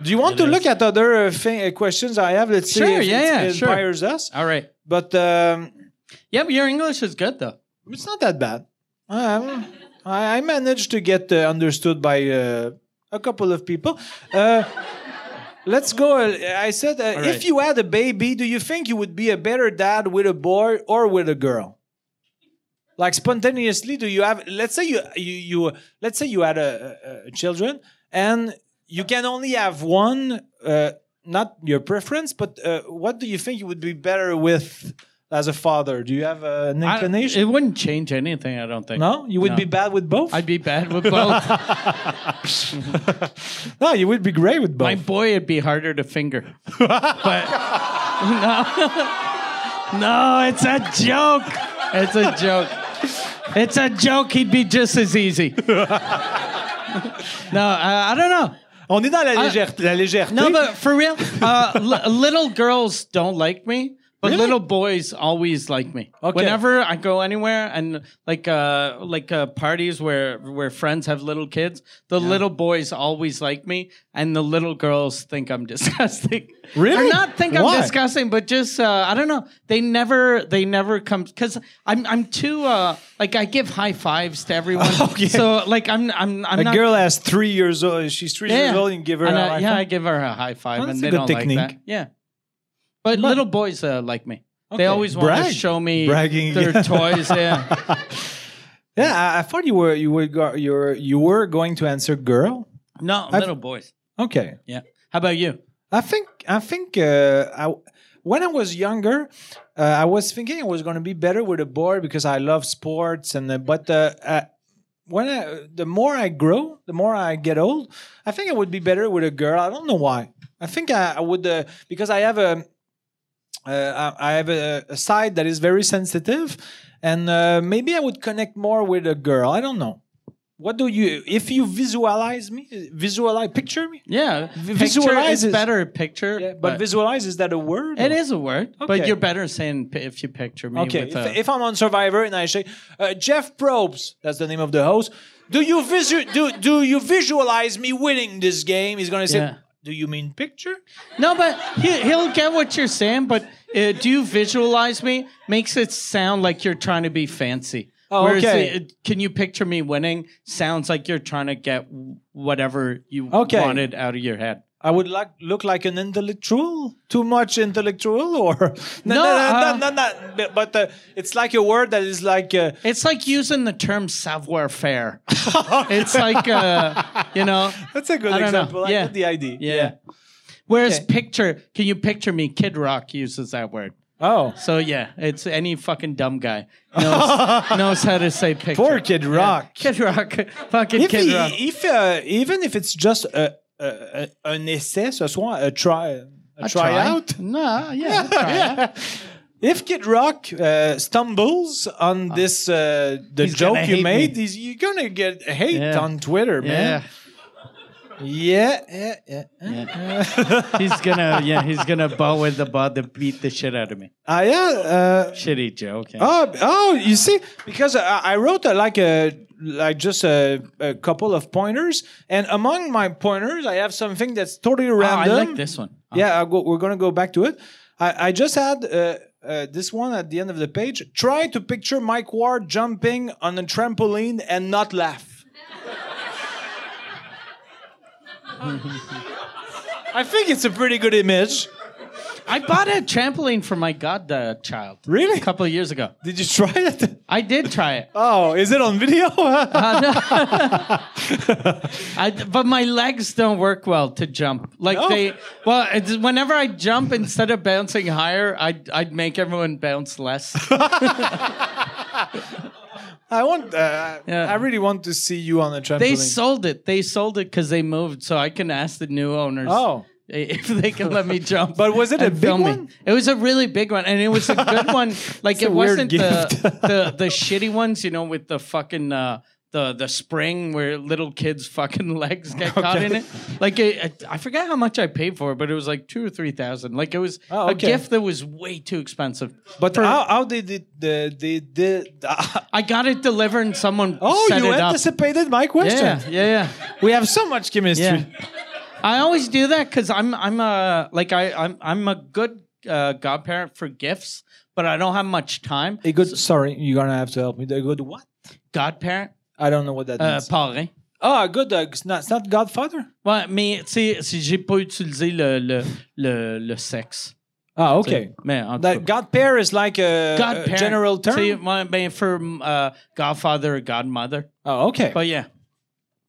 A: Do you want to look at other uh, thing, uh, questions I have? Let's see
B: Sure,
A: if
B: yeah,
A: it
B: yeah, sure.
A: inspires us.
B: All right.
A: But um,
B: Yeah, but your English is good though.
A: it's not that bad. Um, I, I managed to get uh, understood by uh, a couple of people. Uh, let's go. uh, I said, uh,
B: right.
A: if you had a baby, do you think you would be a better dad with a boy or with a girl? Like spontaneously, do you have? Let's say you you, you let's say you had a, a, a children and you can only have one. Uh, not your preference, but uh, what do you think you would be better with as a father? Do you have uh, an
B: I-
A: inclination?
B: it wouldn't change anything, I don't think.
A: No, you would
B: No.
A: be bad with both.
B: I'd be bad with both.
A: no, you would be great with both.
B: My boy, it'd be harder to finger. but no, no, it's a joke. It's a joke. It's a joke. He'd be just as easy. no, I, I don't know.
A: On est dans la légèreté. la légèreté.
B: Ah. No, but for real, uh, li- little girls don't like me, but
A: Really?
B: little boys always like me.
A: Okay.
B: Whenever I go anywhere and like uh, like uh, parties where where friends have little kids, the little boys always like me, and the little girls think I'm disgusting.
A: Really?
B: Or not think I'm
A: Why?
B: disgusting, but just uh, I don't know. They never they never come because I'm I'm too uh, like I give high fives to everyone.
A: Okay.
B: So like I'm I'm I'm
A: a
B: not
A: girl has three years old. She's three years old and give her.
B: and,
A: a
B: uh,
A: high
B: yeah,
A: five.
B: I give her a high five,
A: Well, that's
B: and they
A: a good
B: don't like
A: technique.
B: that. Yeah, but little boys uh, like me.
A: Okay.
B: They always want
A: Brag.
B: to show me
A: Bragging,
B: their
A: yeah.
B: toys. Yeah,
A: Yeah, I, I thought you were you were go, you were you were going to answer girl.
B: no, little boys.
A: Okay,
B: Yeah. How about you?
A: I think I think uh, I, when I was younger, uh, I was thinking I was going to be better with a boy because I love sports and uh, but uh, uh, when I, the more I grow, the more I get old, I think I would be better with a girl. I don't know why. I think I, I would uh, because I have a uh, I I have a, a side that is very sensitive, and uh, maybe I would connect more with a girl. I don't know. What do you if you visualize me, visualize picture me?
B: Yeah, picture is
A: visualizes.
B: better. Picture,
A: Yeah, but,
B: but,
A: visualize is that a word?
B: it
A: or-
B: is a word.
A: Okay.
B: But you're better saying pi- if you picture me.
A: Okay,
B: With uh,
A: if,
B: a,
A: if I'm on Survivor and I say uh, Jeff Probes, that's the name of the host. Do you visu- do do you visualize me winning this game? He's gonna say,
B: Yeah.
A: Do you mean picture?
B: No, but he, he'll get what you're saying. But uh, do you visualize me? Makes it sound like you're trying to be fancy.
A: Oh, okay.
B: the, uh, can you picture me winning? Sounds like you're trying to get w- whatever you
A: Okay.
B: wanted out of your head.
A: I would like look like an intellectual, too much intellectual, or no, no, no,
B: No, uh,
A: no, no, no, but- But uh, it's like a word that is like uh,
B: It's like using the term savoir faire. it's like, uh, you know.
A: that's a good
B: I don't know.
A: example. I
B: Yeah.
A: get the idea.
B: Yeah. Whereas
A: Okay.
B: picture, can you picture me? Kid Rock uses that word.
A: Oh,
B: So yeah, it's any fucking dumb guy knows, knows how to say picture.
A: poor Kid Rock.
B: Kid Rock, fucking
A: if
B: Kid
A: he-
B: Rock.
A: if, uh, even if it's just a, euh, un essai ce soir, a try, a
B: A
A: tryout.
B: try? No, yeah. a tryout.
A: If Kid Rock uh, stumbles on this uh, the
B: He's gonna
A: joke you
B: hate me.
A: made, he's, you're gonna get hate
B: Yeah.
A: on Twitter, man.
B: Yeah.
A: Yeah, yeah, yeah.
B: He's gonna yeah, he's gonna bow with the ball to beat the shit out of me.
A: Ah, yeah. Uh,
B: Shitty joke. yeah.
A: oh, oh, you see, because I, I wrote uh, like a like just a, a couple of pointers, and among my pointers, I have something that's totally
B: Ah, I
A: random.
B: like this one. Ah,
A: Yeah, I'll go, we're going to go back to it. I, I just had uh, uh, this one at the end of the page. Try to picture Mike Ward jumping on a trampoline and not laugh. I think it's a pretty good image.
B: I bought a trampoline for my godchild.
A: Really?
B: A couple of years ago.
A: Did you try it?
B: I did try it.
A: Oh, is it on video?
B: I, but my legs don't work well to jump. Like
A: No.
B: they, well, it's, whenever I jump, instead of bouncing higher, I'd, I'd make everyone bounce less.
A: I want. Uh,
B: Yeah.
A: I really want to see you on a trampoline.
B: they sold it. They sold it because they moved, so I can ask the new owners.
A: Oh.
B: If they can let me jump,
A: But was it a
B: and
A: big
B: film me.
A: one?
B: It was a really big one, and it was a good one. Like
A: a
B: it
A: weird
B: wasn't the,
A: gift.
B: the the shitty ones, you know, with the fucking uh, the the spring where little kids' fucking legs get caught
A: Okay.
B: in it. Like it, I forgot how much I paid for it, but it was like two or three thousand. Like it was
A: Oh, okay.
B: a gift that was way too expensive.
A: but how, how did it? The, they did.
B: I got it delivered, and someone
A: oh,
B: set
A: you
B: it up.
A: anticipated my question.
B: Yeah, yeah, yeah.
A: We have so much chemistry.
B: Yeah. I always do that because I'm I'm a like I I'm I'm a good uh, godparent for gifts, but I don't have much time.
A: A good sorry, you're gonna have to help me. A good what?
B: Godparent,
A: I don't know what that
B: uh,
A: means.
B: parrain.
A: Ah, good. Uh, it's, not, it's not Godfather.
B: Ouais, mais tu sais, si j'ai pas utilisé le le le, le sexe.
A: Ah,
B: tu sais.
A: okay.
B: Mais en tout
A: That
B: cas,
A: Godpair is like a, a
B: godparent,
A: uh, general
B: tu sais,
A: term.
B: moi, ben for uh, godfather or godmother.
A: Oh, okay.
B: But yeah,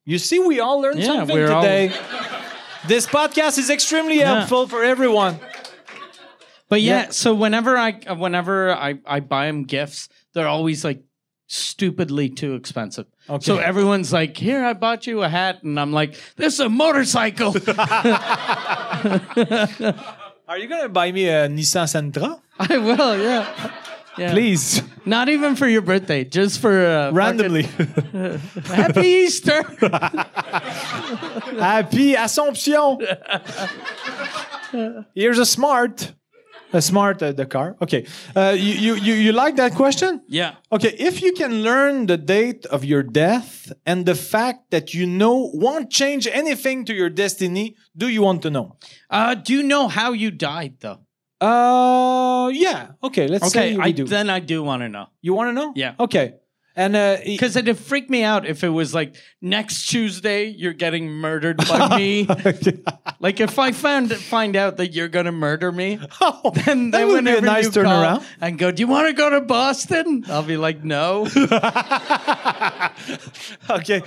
A: You see, we all learned
B: Yeah,
A: something
B: we're all-
A: today. This podcast is extremely
B: Yeah.
A: helpful for everyone.
B: but yeah,
A: Yeah.
B: So whenever I uh, whenever I I buy them gifts, they're always like stupidly too expensive.
A: Okay.
B: So everyone's like, "Here, I bought you a hat," and I'm like, "This is a motorcycle."
A: Are you gonna buy me a Nissan Sentra,
B: I will, yeah. Yeah.
A: please?
B: Not even for your birthday, just for uh,
A: Randomly.
B: fucking- Happy Easter.
A: Happy Assumption. Here's a smart, a smart uh, the car. Okay. Uh, you, you you you like that question?
B: yeah.
A: Okay, if you can learn the date of your death and the fact that you know won't change anything to your destiny, do you want to know?
B: Uh, do you know how you died though?
A: Uh, yeah. Okay, let's
B: Okay,
A: say we
B: I,
A: do.
B: then I do want to know
A: you want to know?
B: Yeah.
A: Okay. And uh, i-
B: because it'd freak me out if it was like next Tuesday you're getting murdered by me. like if I found find out that you're gonna murder me,
A: oh,
B: then
A: that
B: then
A: would be a
B: whenever
A: nice
B: you call
A: turnaround.
B: and go, do you want to go to Boston? I'll be like, no.
A: okay,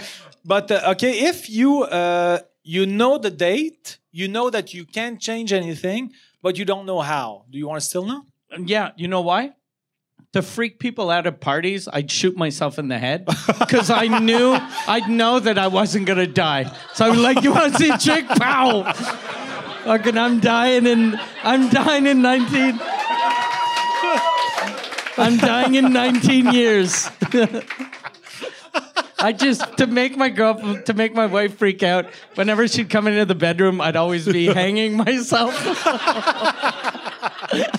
A: but uh, okay, if you uh, you know the date, you know that you can't change anything, but you don't know how. Do you want to still know?
B: Yeah, you know why? To freak people out at parties, I'd shoot myself in the head because I knew I'd know that I wasn't gonna die. So I'm like, "You want to see a chick? Pow! Fucking, I'm dying in, I'm dying in 19. I'm dying in 19 years. I just to make my girl to make my wife freak out. Whenever she'd come into the bedroom, I'd always be hanging myself.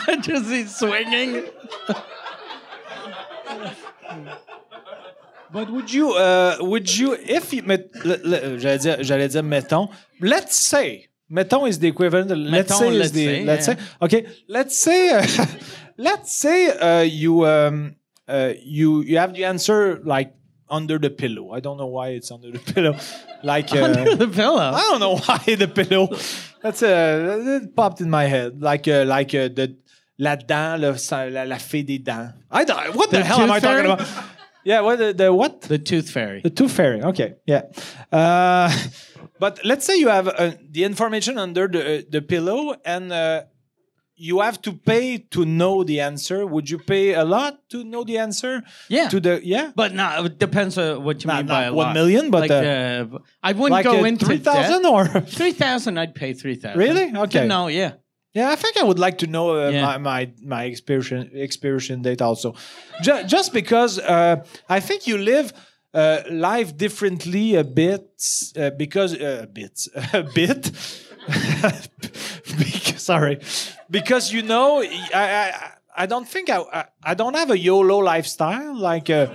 B: I'd just be swinging.
A: But would you, uh, would you, if you, met- le- le- j'allais dire, j'allais dire, mettons, let's say, mettons is the equivalent of let's
B: Mettons,
A: say is
B: let's
A: the,
B: say,
A: let's
B: yeah.
A: say, okay, let's say, uh, let's say uh, you, um, uh, you, you have the answer like under the pillow. I don't know why it's under the pillow. Like, uh,
B: the pillow.
A: I don't know why the pillow. That's uh, it popped in my head. Like, uh, like uh, the la dent, le, sang- la, la fée des dents. I don't, what the,
B: The
A: hell am
B: tooth
A: I talking
B: fairy?
A: about? Yeah, what the, the what?
B: The tooth fairy.
A: The tooth fairy. Okay. Yeah. Uh, but let's say you have uh, the information under the the pillow, and uh, you have to pay to know the answer. Would you pay a lot to know the answer?
B: Yeah.
A: To the yeah.
B: But no, it depends on what you
A: Not-
B: mean
A: not
B: by a
A: one
B: lot.
A: million, but,
B: like,
A: uh,
B: uh, I wouldn't
A: Like
B: go
A: uh,
B: into
A: three thousand
B: debt.
A: or
B: Three thousand, I'd pay three thousand.
A: Really? Okay.
B: No, yeah.
A: yeah. I think I would like to know uh,
B: Yeah.
A: my, my my expiration expiration date also, Ju- just because uh, I think you live. Uh, life differently a bit uh, because uh, a bit a bit because, sorry because you know I, I I don't think I I- I don't have a YOLO lifestyle like uh,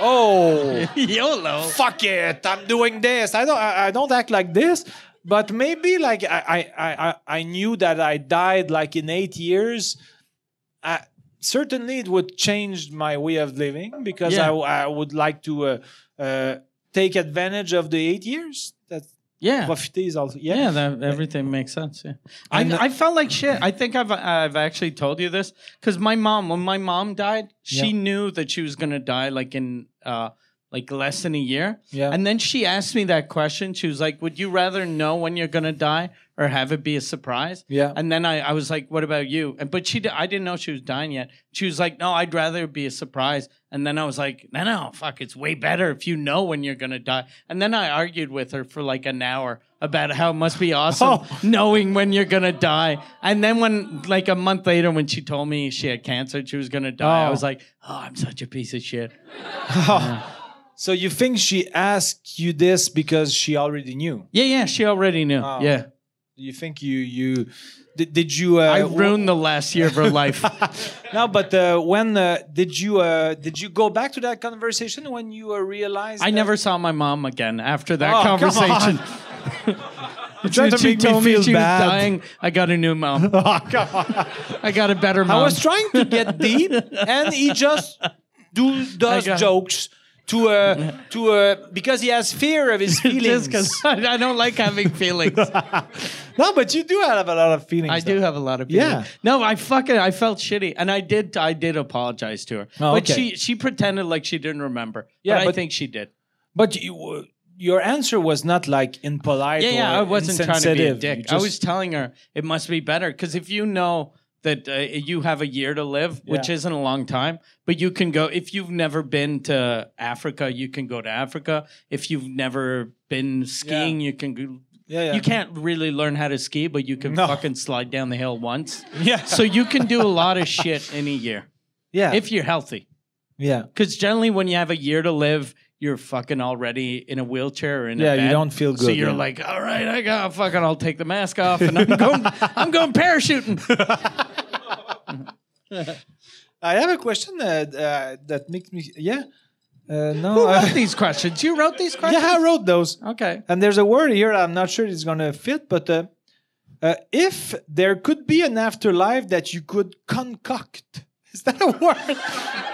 A: oh
B: YOLO.
A: fuck it i'm doing this i don't i, I don't act like this but maybe like I, I I- i i knew that i died like in eight years I, certainly it would change my way of living because I, I would like to uh, uh, take advantage of the eight years that
B: Yeah.
A: profiter is also yeah,
B: Yeah, that, everything makes sense. Yeah, I,
A: And the-
B: I felt like shit. I think I've I've actually told you this because my mom, when my mom died, she
A: Yeah.
B: knew that she was gonna die like in uh like less than a year.
A: Yeah.
B: And then she asked me that question. She was like, "Would you rather know when you're gonna die or have it be a surprise?"
A: Yeah.
B: And then I, I was like, "What about you?" And but she di- I didn't know she was dying yet. She was like, "No, I'd rather it be a surprise." And then I was like, "No, no, fuck, it's way better if you know when you're gonna die." And then I argued with her for like an hour about how it must be awesome
A: Oh.
B: knowing when you're gonna die. And then when like a month later, when she told me she had cancer, and she was gonna die, I
A: Oh.
B: was like, "Oh, I'm such a piece of shit."
A: so you think she asked you this because she already knew
B: Yeah, yeah, she already knew.
A: Oh.
B: Yeah.
A: you think you you did, did you uh,
B: I ruined the last year of her life.
A: no, but uh, when uh, did you uh, did you go back to that conversation when you uh, realized?
B: I
A: that-
B: never saw my mom again after that
A: Oh, come
B: conversation.
A: You tried to
B: she
A: make
B: told
A: me feel
B: she
A: bad. Oh,
B: was dying. I got a new mom. I got a better mom.
A: I was trying to get deep, and he just do does
B: got-
A: jokes to uh, to uh, because he has fear of his
B: Just
A: feelings.
B: 'cause I, I don't like having feelings.
A: no, but you do have a lot of feelings.
B: I do
A: though.
B: have a lot of feelings.
A: Yeah.
B: No, I fucking I felt shitty, and I did I did apologize to her,
A: Oh,
B: but
A: okay.
B: she she pretended like she didn't remember.
A: Yeah,
B: but I
A: but-
B: think she did.
A: But you. Uh, your answer was not like impolite.
B: Yeah, yeah.
A: or
B: I wasn't trying to be a
A: insensitive.
B: dick.
A: You
B: I
A: just-
B: was telling her it must be better because if you know that uh, you have a year to live, which
A: Yeah.
B: isn't a long time, but you can go. If you've never been to Africa, you can go to Africa. If you've never been skiing, you can. Go,
A: Yeah, yeah.
B: You can't really learn how to ski, but you can
A: No.
B: fucking slide down the hill once.
A: Yeah.
B: So you can do a lot of shit in a year
A: yeah,
B: if you're healthy.
A: yeah,
B: Because generally, when you have a year to live, you're fucking already in a wheelchair or in
A: Yeah,
B: a
A: you
B: bed.
A: don't feel
B: So
A: good,
B: you're
A: yeah.
B: like, all right, I got fucking, I'll take the mask off and I'm going, I'm going parachuting.
A: I have a question uh, uh, that makes me. Yeah, uh, no.
B: Who
A: uh,
B: wrote these questions? You wrote these questions?
A: yeah, Uh, I wrote those.
B: Okay.
A: And there's a word here, I'm not sure it's going to fit, but uh, uh, if there could be an afterlife that you could concoct. Is that a word?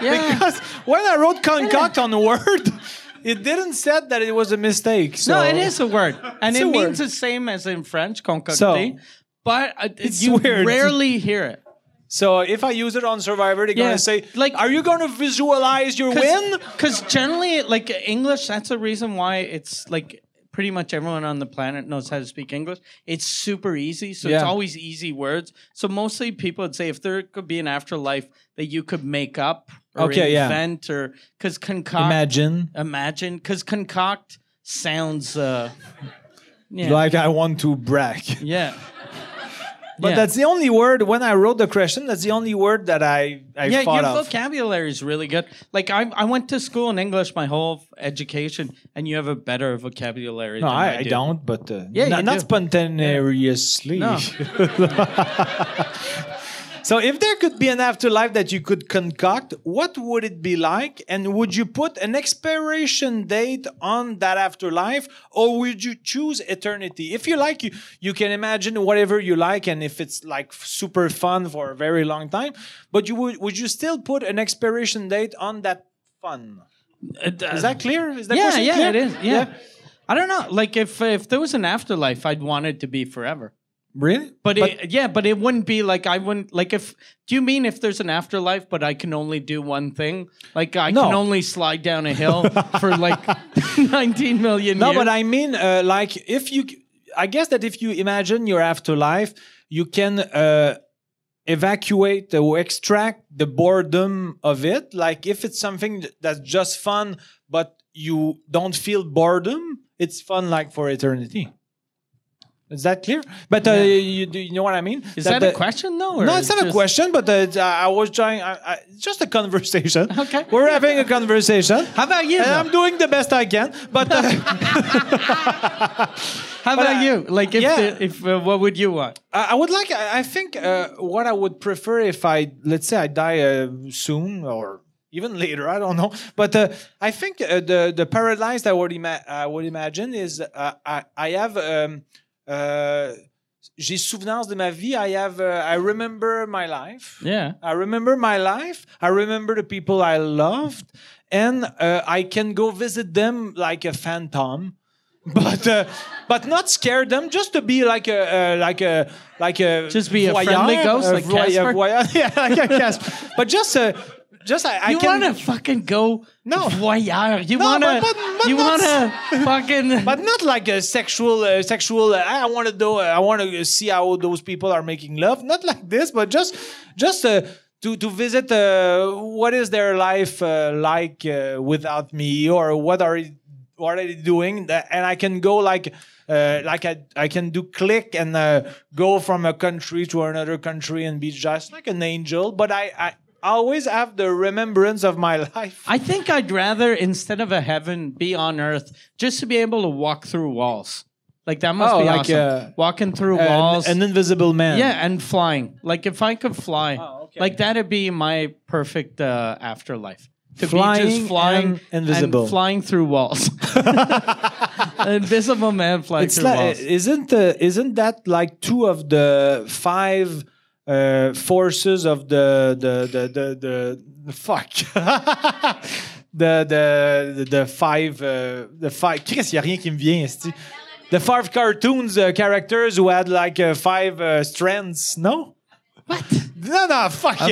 B: Yeah.
A: Because when I wrote concoct on word, it didn't said that it was a mistake. So
B: no, it is a word. And
A: It's
B: it
A: a word.
B: means the same as in French, concocté.
A: So-
B: but uh,
A: It's
B: you
A: weird.
B: rarely hear it.
A: So if I use it on Survivor, they're
B: Yeah,
A: going to say,
B: like-
A: like, are you going to visualize your win?
B: Because generally, like English, that's the reason why it's like pretty much everyone on the planet knows how to speak English. It's super easy, so
A: Yeah.
B: it's always easy words. So mostly people would say if there could be an afterlife that you could make up or
A: Okay, yeah.
B: invent or because concoct
A: Imagine,
B: imagine because concoct sounds uh yeah
A: like I want to brag.
B: yeah.
A: But
B: Yeah.
A: that's the only word, when I wrote the question, that's the only word that I, I
B: yeah,
A: thought
B: your
A: of.
B: vocabulary is really good. Like I, I went to school in English my whole education, and you have a better vocabulary.
A: No,
B: than
A: I,
B: I,
A: I
B: do.
A: don't, but uh,
B: Yeah,
A: no-
B: you
A: not
B: do.
A: spontaneously.
B: No.
A: so, if there could be an afterlife that you could concoct, what would it be like? And would you put an expiration date on that afterlife, or would you choose eternity? If you like, you, you can imagine whatever you like, and if it's like super fun for a very long time, but you would would you still put an expiration date on that fun? Is that clear? Is that
B: yeah,
A: question
B: yeah,
A: clear?
B: it is. Yeah. I don't know. Like if if there was an afterlife, I'd want it to be forever.
A: Really?
B: But, it, yeah, but it wouldn't be like I wouldn't like if. Do you mean if there's an afterlife, but I can only do one thing? Like I
A: No.
B: can only slide down a hill for like 19 million
A: No,
B: years.
A: but I mean, uh, like, if you, I guess that if you imagine your afterlife, you can uh, evacuate or extract the boredom of it. Like if it's something that's just fun, but you don't feel boredom, it's fun like for eternity. Is that clear? But uh,
B: Yeah.
A: you, do you know what I mean?
B: Is that, a
A: the-
B: question? No. or
A: No, it's
B: is
A: not a
B: just-
A: question, but uh, it's- I I was trying. I, I, it's just a conversation.
B: Okay.
A: We're having a conversation.
B: How about you?
A: And I'm doing the best I can, but uh,
B: How
A: But
B: about
A: I-
B: you? Like, if,
A: yeah.
B: the, if uh, what would you want?
A: I I would like. I I think uh, what I would prefer if I, let's say, I die uh, soon or even later. I don't know. But uh, I think uh, the the paradise I would ima- I would imagine is uh, I I have. Um, uh, j'ai souvenance de ma vie. I have. Uh, I remember my life.
B: Yeah.
A: I remember my life. I remember the people I loved, and uh, I can go visit them like a phantom, but uh, but not scare them. Just to be like a uh, like a like a
B: Just be a friendly ghost,
A: a
B: like
A: voy- a
B: Casper?
A: voy- yeah, like a Casper. But just uh, just I, I
B: You
A: can.
B: want to fucking go
A: No.
B: voyeur. You
A: No,
B: want to.
A: but- but- but
B: You want to
A: that's-
B: fucking.
A: but not like a sexual uh, sexual uh, i want to know i want to see how those people are making love not like this but just just uh, to to visit uh, what is their life uh, like uh, without me or what are what are they doing That- and i can go like uh, like I, I can do click and uh, go from a country to another country and be just like an angel but i, I always have the remembrance of my life
B: I think I'd rather, instead of a heaven, be on earth just to be able to walk through walls. Like, that must
A: Oh,
B: be
A: like,
B: awesome.
A: uh,
B: Walking through
A: An-
B: walls.
A: an, invisible man
B: yeah, and flying. Like, if I could fly,
A: Oh, okay.
B: like, that'd be my perfect uh, afterlife. To be
A: Flying
B: just flying
A: and invisible.
B: flying through walls. invisible man flying
A: It's
B: through
A: like,
B: walls.
A: isn't uh, isn't that like two of the five uh, forces of the the the the, the, the fuck the, the the the five uh, the five Chris y a rien qui me vient esti. the five cartoons uh, characters who had like uh, five uh, strands no
B: what?
A: no no fuck it.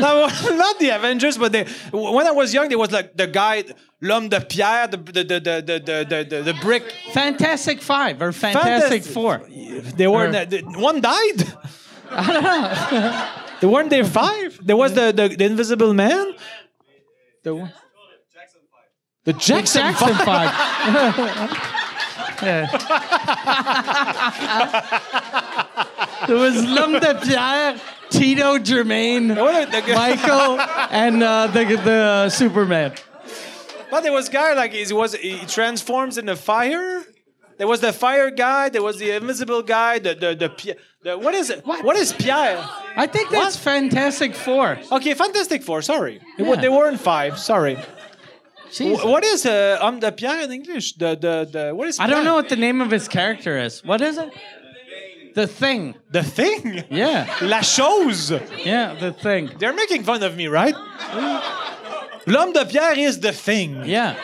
A: no, not the Avengers but they when I was young there was like the guy l'homme de pierre the the the the the the, the, the brick
B: Fantastic Five or Fantastic, Four.
A: They weren't.
B: Or-
A: th- one died. They weren't there five. There was the, the, the Invisible Man. The one. The Jackson,
B: Jackson
A: Five.
B: Five. Yeah. there was L'Homme de Pierre, Tito Germain,
A: What the- the-
B: Michael, and uh, the, the Superman.
A: But there was guy like he was he transforms into fire. There was the fire guy. There was the invisible guy. The the the, Pi- the what is it?
B: What?
A: what is Pierre?
B: I think that's Fantastic Four.
A: Okay, Fantastic Four. Sorry, They were-
B: Yeah.
A: they weren't five. Sorry.
B: Jesus.
A: Wh- What is uh, um the Pierre in English? The the the what is?
B: I don't
A: Pierre?
B: know what the name of his character is. What is it? The Thing.
A: The thing.
B: Yeah.
A: La chose.
B: Yeah, The Thing.
A: They're making fun of me, right? L'homme de pierre is the thing.
B: Yeah.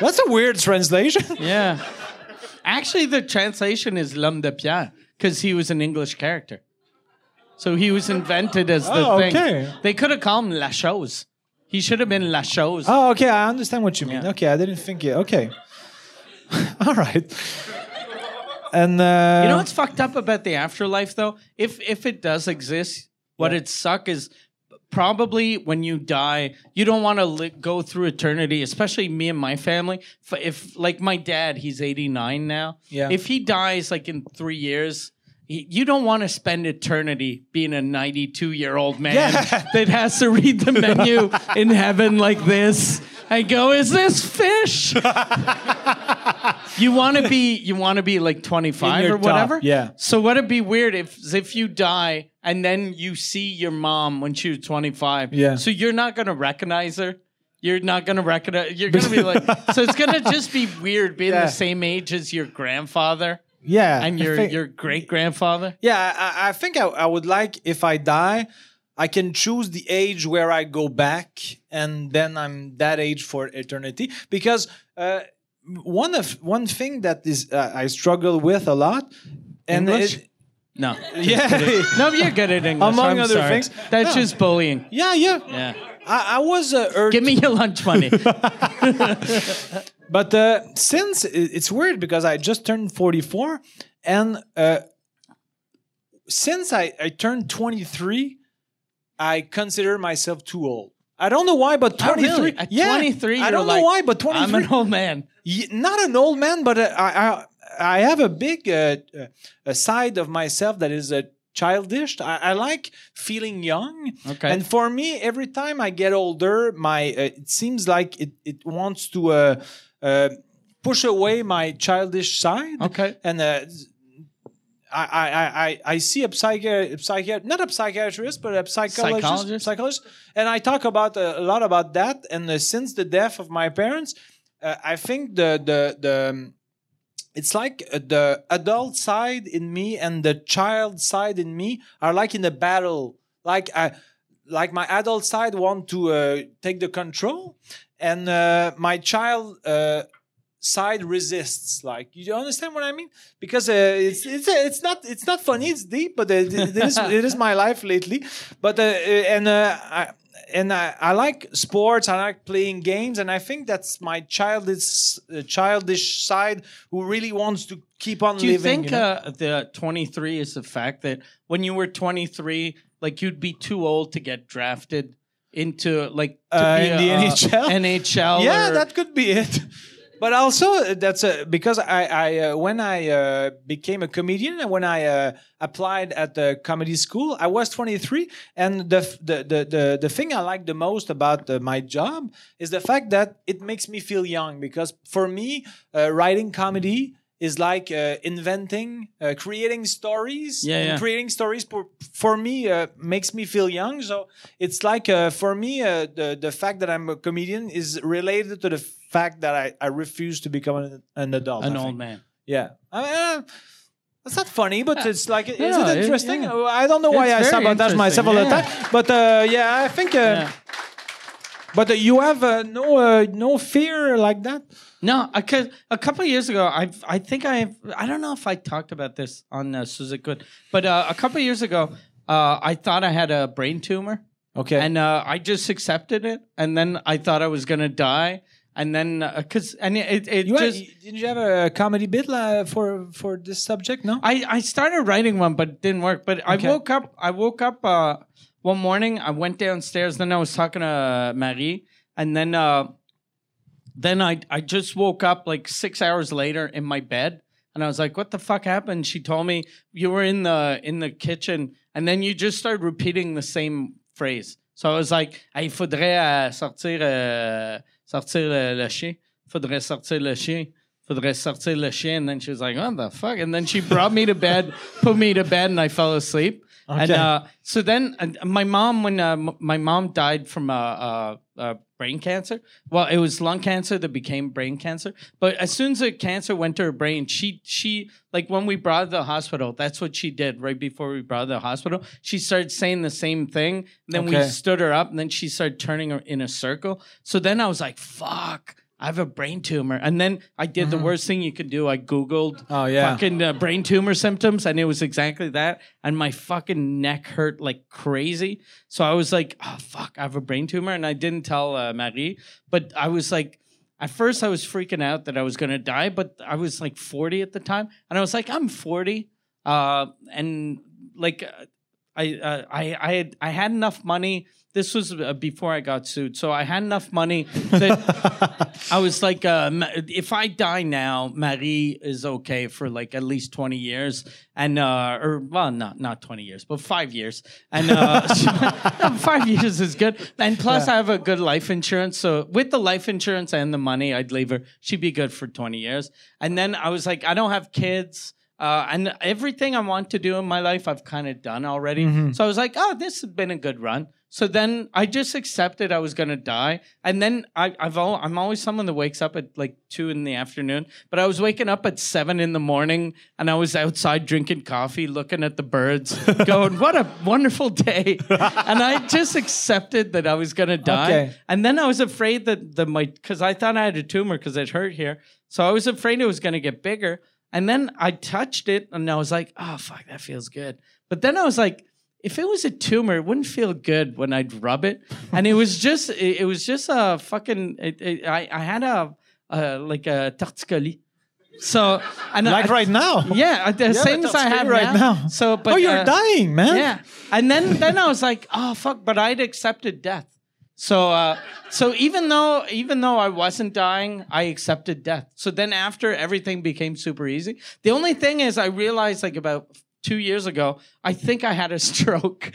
A: That's a weird translation.
B: Yeah. Actually, the translation is L'homme de Pierre because he was an English character. So he was invented as the
A: Oh,
B: thing.
A: okay.
B: They could have called him La Chose. He should have been La Chose.
A: Oh, okay. I understand what you mean.
B: Yeah.
A: Okay, I didn't think it. Okay. All right. And uh,
B: you know what's fucked up about the afterlife, though? If if it does exist, what it'd suck is probably when you die, you don't want to li- go through eternity, especially me and my family. If, if like my dad, he's 89 now.
A: Yeah.
B: If he dies like in three years, he, you don't want to spend eternity being a 92 year old man
A: Yeah.
B: that has to read the menu in heaven like this. I go, is this fish? you want to be, you want to be like 25
A: your
B: or
A: top,
B: whatever.
A: yeah.
B: So what would be weird if if you die and then you see your mom when she was 25.
A: Yeah.
B: So you're not gonna recognize her. You're not gonna recognize. You're gonna be like. so it's gonna just be weird being
A: Yeah.
B: the same age as your grandfather
A: yeah,
B: and
A: I
B: your
A: think-
B: your great grandfather.
A: yeah. I- I, I think I, I would like if I die, I can choose the age where I go back, and then I'm that age for eternity. Because uh, one of one thing that is uh, I struggle with a lot, and
B: English?
A: it-
B: No.
A: yeah.
B: No, you're good at English.
A: Among
B: I'm
A: other
B: sorry.
A: things.
B: That's
A: No.
B: just bullying.
A: Yeah, yeah.
B: Yeah.
A: I, I was uh, urged,
B: Give me your lunch money.
A: but uh, since i- it's weird because I just turned 44, and uh, since I, I turned 23, I consider myself too old. I don't know why, but
B: Oh,
A: 23.
B: really? At
A: yeah,
B: 23,
A: I
B: you're
A: don't know
B: like,
A: why, but 23.
B: I'm an old man.
A: Ye- not an old man, but uh, I, I I have a big uh, uh, a side of myself that is uh, childish. I, I like feeling young,
B: Okay.
A: and for me, every time I get older, my uh, it seems like it it wants to uh, uh, push away my childish side.
B: Okay.
A: and. Uh, I, I, I- I, I see a psychiatrist, psychi- not a psychiatrist, but a psychologist,
B: Psychologist?
A: psychologist, and I talk about uh, a lot about that. And uh, since the death of my parents, uh, I think the the the um, it's like uh, the adult side in me and the child side in me are like in a battle. Like uh, I, like my adult side want to uh, take the control, and uh, my child. Uh, side resists like you understand what i mean because uh, it's it's it's not it's not funny it's deep but it, it is it is my life lately but uh, uh, and uh, I, and I, I like sports i like playing games and i think that's my childish uh, childish side who really wants to keep on
B: Do you
A: living
B: think
A: know?
B: uh, the 23 is the fact that when you were 23, like you'd be too old to get drafted into like to
A: Uh,
B: be
A: in the
B: a,
A: NHL?
B: NHL.
A: yeah
B: or-
A: that could be it but also uh, that's uh, because i, I uh, when i uh, became a comedian and when i uh, applied at the comedy school i was 23 and the f- the, the, the, the thing i like the most about uh, my job is the fact that it makes me feel young because for me uh, writing comedy is like uh, inventing uh, creating stories
B: Yeah,
A: and
B: yeah.
A: creating stories for, for me uh, makes me feel young so it's like uh, for me uh, the, the fact that i'm a comedian is related to the fact that i, I refuse to become an, an adult
B: an
A: I
B: old
A: think.
B: man.
A: yeah I mean, uh, it's not funny, but it's like, is
B: Yeah,
A: it
B: it-
A: interesting? Oh,
B: yeah.
A: I don't know why
B: It's
A: I
B: very
A: sabotage myself all the
B: interesting,
A: time. But uh, yeah, I think. Uh,
B: Yeah.
A: But uh, you have uh, no uh, no fear like that.
B: No, because a couple of years ago, I I think I I don't know if I talked about this on uh, Susan Good, but uh, a couple of years ago, uh, I thought I had a brain tumor.
A: Okay.
B: and uh, I just accepted it. And then I thought I was gonna die. And then because and it it, it
A: You had,
B: just
A: didn't you have a comedy bit la, for for this subject? No.
B: I I started writing one, but it didn't work. But
A: Okay.
B: I woke up. I woke up uh, one morning. I went downstairs. Then I was talking to Marie, and then uh, then I I just woke up like six hours later in my bed, and I was like, "What the fuck happened?" She told me you were in the in the kitchen, and then you just started repeating the same phrase. So I was like, "Ah, "Il faudrait euh, sortir euh, sortir le, le chien. Faudrait sortir le chien." Faudrait sortir le chien. And then she was like, what the fuck? And then she brought me to bed, put me to bed, and I fell asleep. And
A: Okay.
B: uh, so then uh, my mom, when uh, m- my mom died from uh, uh, uh, brain cancer, well, it was lung cancer that became brain cancer. But as soon as the cancer went to her brain, she she like when we brought her to the hospital, that's what she did right before we brought her to the hospital. She started saying the same thing. And then we
A: Okay.
B: stood her up, and then she started turning her in a circle. So then I was like, fuck. I have a brain tumor, and then I did the worst thing you could do. I Googled
A: Oh, yeah.
B: fucking uh, brain tumor symptoms, and it was exactly that. And my fucking neck hurt like crazy. So I was like, oh, fuck, I have a brain tumor. And I didn't tell uh, Marie, but I was like, at first I was freaking out that I was going to die, but I was like 40 at the time. And I was like, I'm 40. Uh, and like, uh, I, uh, I, I, had, I had enough money. This was uh, before I got sued. So I had enough money that I was like, uh, Ma- if I die now, Marie is okay for like at least twenty years, and uh, or well, not not twenty years, but five years, and uh, no, five years is good. And plus, I have a good life insurance, so with the life insurance and the money, I'd leave her. She'd be good for twenty years, and then I was like, I don't have kids. Uh, and everything I want to do in my life, I've kind of done already. So I was like, oh, this has been a good run. So then I just accepted I was going to die. And then I, I've all, I'm always someone that wakes up at like two in the afternoon, but I was waking up at seven in the morning and I was outside drinking coffee, looking at the birds, going, what a wonderful day. and I just accepted that I was going to die.
A: Okay.
B: And then I was afraid that the my because I thought I had a tumor because it hurt here, so I was afraid it was going to get bigger. And then I touched it, and I was like, "Oh fuck, that feels good." But then I was like, "If it was a tumor, it wouldn't feel good when I'd rub it." and it was just, it, it was just a fucking. It, it, I I had a, a like a torticolis. So and
A: Like
B: I-
A: right now.
B: Yeah, the same
A: that's
B: as I
A: me
B: have
A: right
B: now.
A: now.
B: So, but
A: oh, you're
B: uh,
A: dying, man.
B: Yeah, and then then I was like, oh fuck! But I'd accepted death. So uh, so even though even though I wasn't dying, I accepted death. So then after everything became super easy. The only thing is, I realized like about two years ago, I think I had a stroke.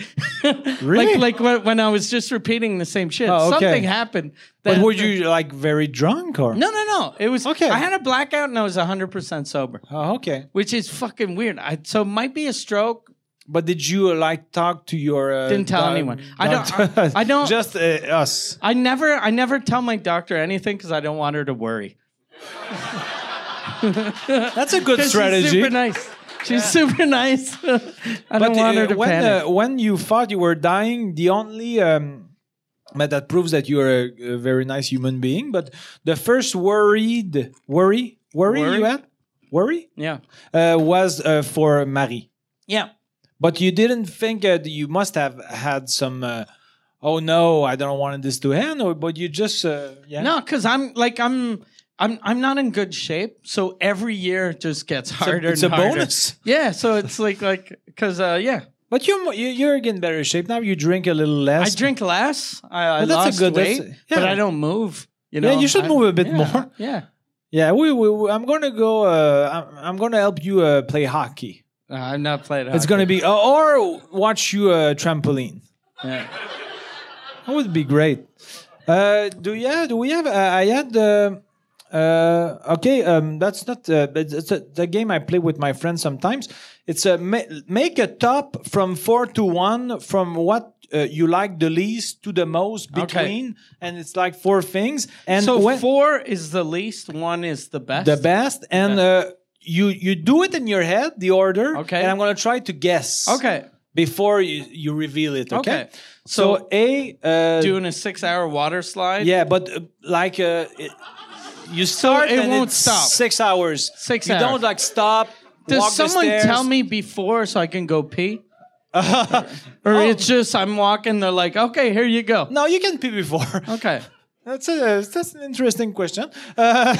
A: Really?
B: like like when, when I was just repeating the same shit,
A: Oh, okay.
B: something happened.
A: But
B: that-
A: were you like very drunk or?
B: No, no, no. It was
A: Okay.
B: I had a blackout and I was hundred percent sober
A: Oh, okay.
B: which is fucking weird. I, so it might be a stroke.
A: But did you uh, like talk to your? Uh,
B: Didn't tell
A: doc-
B: anyone. I don't-
A: doc-
B: I- I don't-
A: Just uh, us.
B: I never, I never tell my doctor anything because I don't want her to worry.
A: That's a good
B: 'Cause
A: strategy.
B: She's super nice. She's super nice. I don't want her
A: uh,
B: to
A: when
B: panic.
A: Uh, when you thought you were dying, the only um, but that proves that you are a, a very nice human being. But the first worried worry worry,
B: Worry?
A: you had worry
B: yeah,
A: uh, was uh, for Marie.
B: yeah.
A: But you didn't think uh, that you must have had some. Uh, oh no, I don't want this to end. Or but you just uh, yeah.
B: No, because I'm like I'm. I'm I'm not in good shape, so every year it just gets
A: It's a-
B: harder.
A: it's a
B: and harder.
A: bonus.
B: Yeah, so it's like like because uh, yeah,
A: But you're mo- you- you're in better shape now. You drink a little
B: I
A: less.
B: drink less. I, I
A: Well, that's a
B: lost
A: good- that's
B: weight,
A: a-
B: but
A: yeah.
B: I don't move. You know,
A: Yeah, you should
B: I'm-
A: move a bit
B: yeah,
A: more.
B: Yeah,
A: Yeah, we, we, we- I'm gonna go. Uh, I'm, I'm gonna help you uh, play hockey.
B: Uh, I'm not playing.
A: It's gonna be uh, or watch you uh, trampoline.
B: Yeah.
A: That would be great. Uh, do yeah? Do we have? Uh, I had. Uh, uh, okay, um, that's not. Uh, but it's a, the game I play with my friends sometimes. It's a ma- make a top from four to one from what uh, you like the least to the most
B: Okay.
A: between, and it's like four things. And
B: so
A: when-
B: four is the least, one is the best.
A: the best and uh, you you do it in your head the order
B: Okay.
A: and i'm going to try to guess
B: Okay.
A: before you, you reveal it okay,
B: Okay.
A: So, a uh,
B: Doing a six hour water slide.
A: yeah but uh, like uh, it, you start
B: it
A: and
B: won't
A: it's
B: stop.
A: six hours
B: Six
A: you
B: hours.
A: don't like stop walk
B: Does
A: the
B: someone
A: stairs.
B: tell me before so I can go pee? or it's just I'm walking, they're like, okay, here you go.
A: Oh. no you can pee before
B: Okay.
A: that's a, that's an interesting question uh,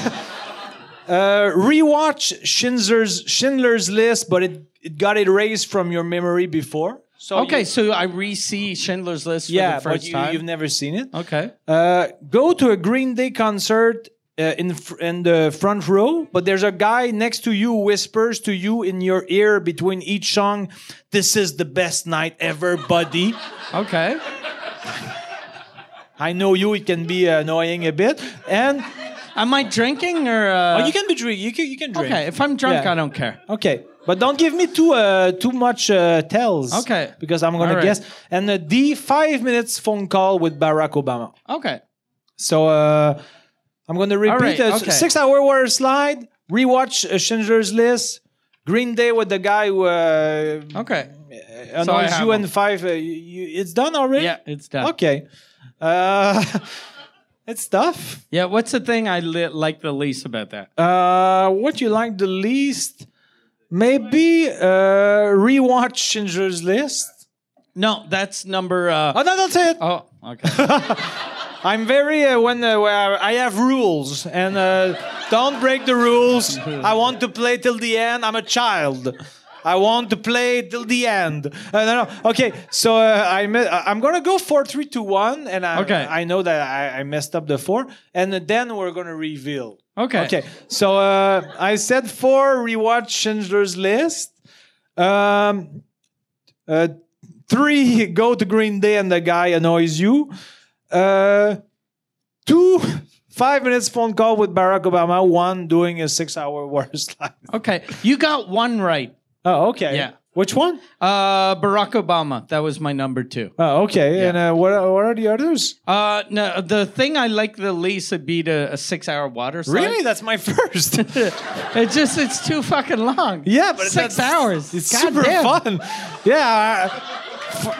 A: Uh, rewatch Schindler's Schindler's List, but it, it got erased from your memory before. So
B: Okay,
A: you-
B: so I re see Schindler's List for
A: yeah,
B: the first
A: but you,
B: time.
A: you've never seen it.
B: okay.
A: Uh, go to a Green Day concert uh, in fr- in the front row, but there's a guy next to you who whispers to you in your ear between each song, "This is the best night ever, buddy."
B: Okay.
A: I know you; it can be annoying a bit, and
B: Am I drinking or uh,
A: oh, you can be drink. You can, you can drink.
B: Okay, if I'm drunk,
A: Yeah.
B: I don't care.
A: Okay, but don't give me too uh, too much uh, tells.
B: Okay.
A: because I'm gonna
B: All right.
A: guess. And uh, D five minutes phone call with Barack Obama.
B: Okay.
A: So uh, I'm going to repeat
B: right,
A: a
B: okay.
A: six hour water slide, rewatch uh, Schindler's List, Green Day with the guy who uh,
B: Okay.
A: annoys
B: Oh, So I have
A: you and
B: them.
A: five. Uh, you, it's done already?
B: Yeah, it's done.
A: Okay. Uh, it's tough.
B: Yeah, what's the thing I li- like the least about that?
A: Uh, what you like the least? Maybe uh, rewatch Schindler's List.
B: No, that's number. Uh,
A: Oh, no, that's it.
B: oh, okay.
A: I'm very uh, when uh, where I have rules and uh, don't break the rules. I want to play till the end. I'm a child. I want to play till the end. Uh, no, no. Okay, so uh, I mi- I- I'm gonna go four, three, two, one, and I
B: Okay.
A: I know that I, I messed up the four, and then we're gonna reveal.
B: Okay.
A: Okay. So uh, I said four rewatch Schindler's List. Um, uh, three go to Green Day and the guy annoys you. Uh, two five minutes phone call with Barack Obama. One doing a six hour war slide.
B: Okay. You got one right.
A: Oh, okay.
B: Yeah.
A: Which one?
B: Uh, Barack Obama. That was my number two.
A: Oh, okay. And uh, what, are- what are the others?
B: Uh, no, the thing I like the least would be the, a six-hour water slide.
A: Really? That's my first.
B: It just it's too fucking long.
A: Yeah, but
B: six
A: that's-
B: hours.
A: It's
B: God
A: super
B: damn.
A: fun. Yeah. I,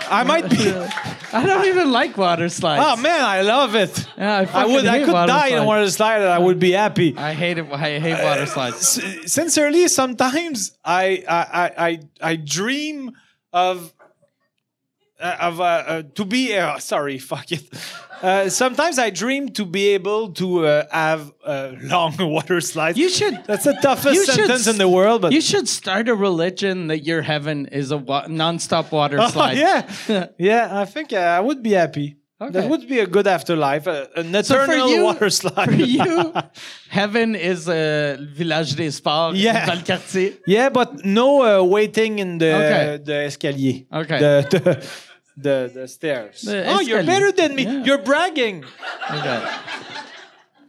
A: I might be.
B: I don't even like water slides.
A: Oh man, I love it.
B: Yeah, I
A: I
B: fucking
A: would, I
B: hate
A: could
B: water
A: die in
B: slides.
A: one of the slide, and I would be happy.
B: I hate it. I hate water slides.
A: S- Sincerely, sometimes I, I, I, I, I dream of uh, of uh, uh, to be uh, sorry fuck it uh, sometimes i dream to be able to uh, have uh, long water slides
B: You should-
A: that's the toughest
B: you should
A: sentence
B: s-
A: in the world but
B: You should start a religion that your heaven is a wa- nonstop water
A: Oh,
B: slide.
A: yeah yeah i think uh, i would be happy that
B: Okay.
A: would be a good afterlife uh, an
B: So for
A: eternal
B: you,
A: water slide
B: for you, heaven is a village des sports
A: Yeah.
B: dans le quartier.
A: yeah but no uh, waiting in the
B: Okay.
A: the escalier
B: Okay.
A: the, the the, the stairs.
B: The
A: oh, you're
B: escalier.
A: better than me.
B: Yeah.
A: You're bragging.
B: Okay.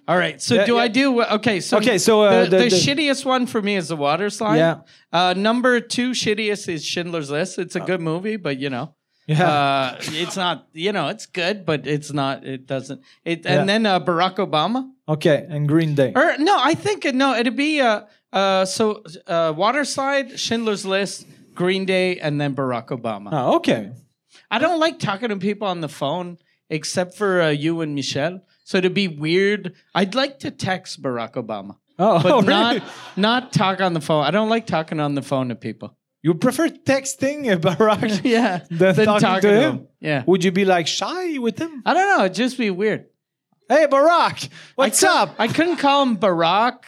B: All right. So
A: Yeah,
B: do I
A: yeah.
B: do okay? So
A: Okay, so, uh,
B: the, the,
A: the- the-
B: shittiest one for me is the water slide.
A: Yeah.
B: Uh, number two shittiest is Schindler's List. It's a good movie, but you know.
A: Yeah.
B: Uh, it's not, you know, it's good, but it's not. It doesn't. It and
A: Yeah.
B: then uh, Barack Obama.
A: okay, and Green Day.
B: Or no, I think uh, no. It'd be uh, uh, so uh, water slide, Schindler's List, Green Day, and then Barack Obama.
A: Ah, okay.
B: I don't like talking to people on the phone except for uh, you and Michelle. So to be weird, I'd like to text Barack Obama,
A: Oh,
B: but
A: really?
B: not not talk on the phone. I don't like talking on the phone to people.
A: You prefer texting uh, Barack
B: Yeah,
A: than, talking, to, him?
B: Yeah,
A: Would you be like shy with him?
B: I don't know. It'd just be weird.
A: Hey, Barack, what's
B: I cou-
A: up?
B: I couldn't call him Barack,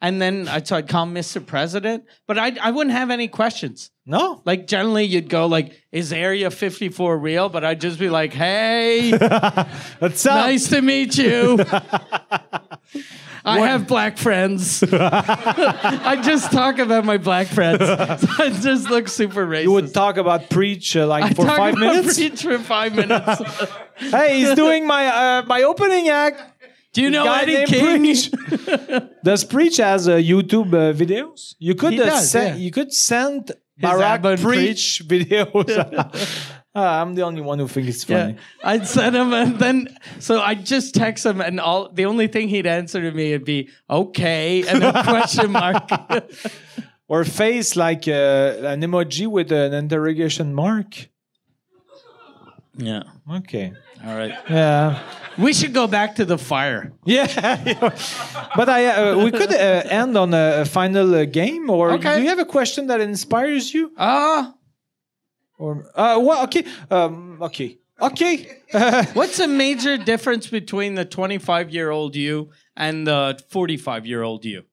B: and then I so I'd call him Mr. President, but I I wouldn't have any questions.
A: no.
B: Like generally, you'd go like, "Is Area 54 real?" But I'd just be like, "Hey."
A: What's up?
B: Nice to meet you. I have black friends. I just talk about my black friends. So I just look super racist.
A: You would talk about preach uh, like
B: I
A: for
B: talk
A: five
B: about
A: minutes.
B: preach for five minutes.
A: hey, he's doing my uh, my opening act.
B: Do you know
A: Guy
B: Eddie
A: named
B: King?
A: Preach. Does preach has uh, YouTube uh, videos? You could
B: He
A: uh,
B: does,
A: sen-
B: yeah.
A: you could send
B: album,
A: Barack preach, videos. Ah, I'm the only one who thinks it's
B: Yeah.
A: funny.
B: I'd send him, and then so I just text him, and all the only thing he'd answer to me would be "okay" and a question mark.
A: Or face like uh, an emoji with an interrogation mark.
B: yeah.
A: Okay.
B: All right.
A: Yeah.
B: We should go back to the fire.
A: Yeah, but I uh, we could uh, end on a a final uh, game, or
B: Okay.
A: do you have a question that inspires you?
B: Ah.
A: Or uh, well, okay, um, okay, okay.
B: What's a major difference between the 25 year old you and the 45 year old you?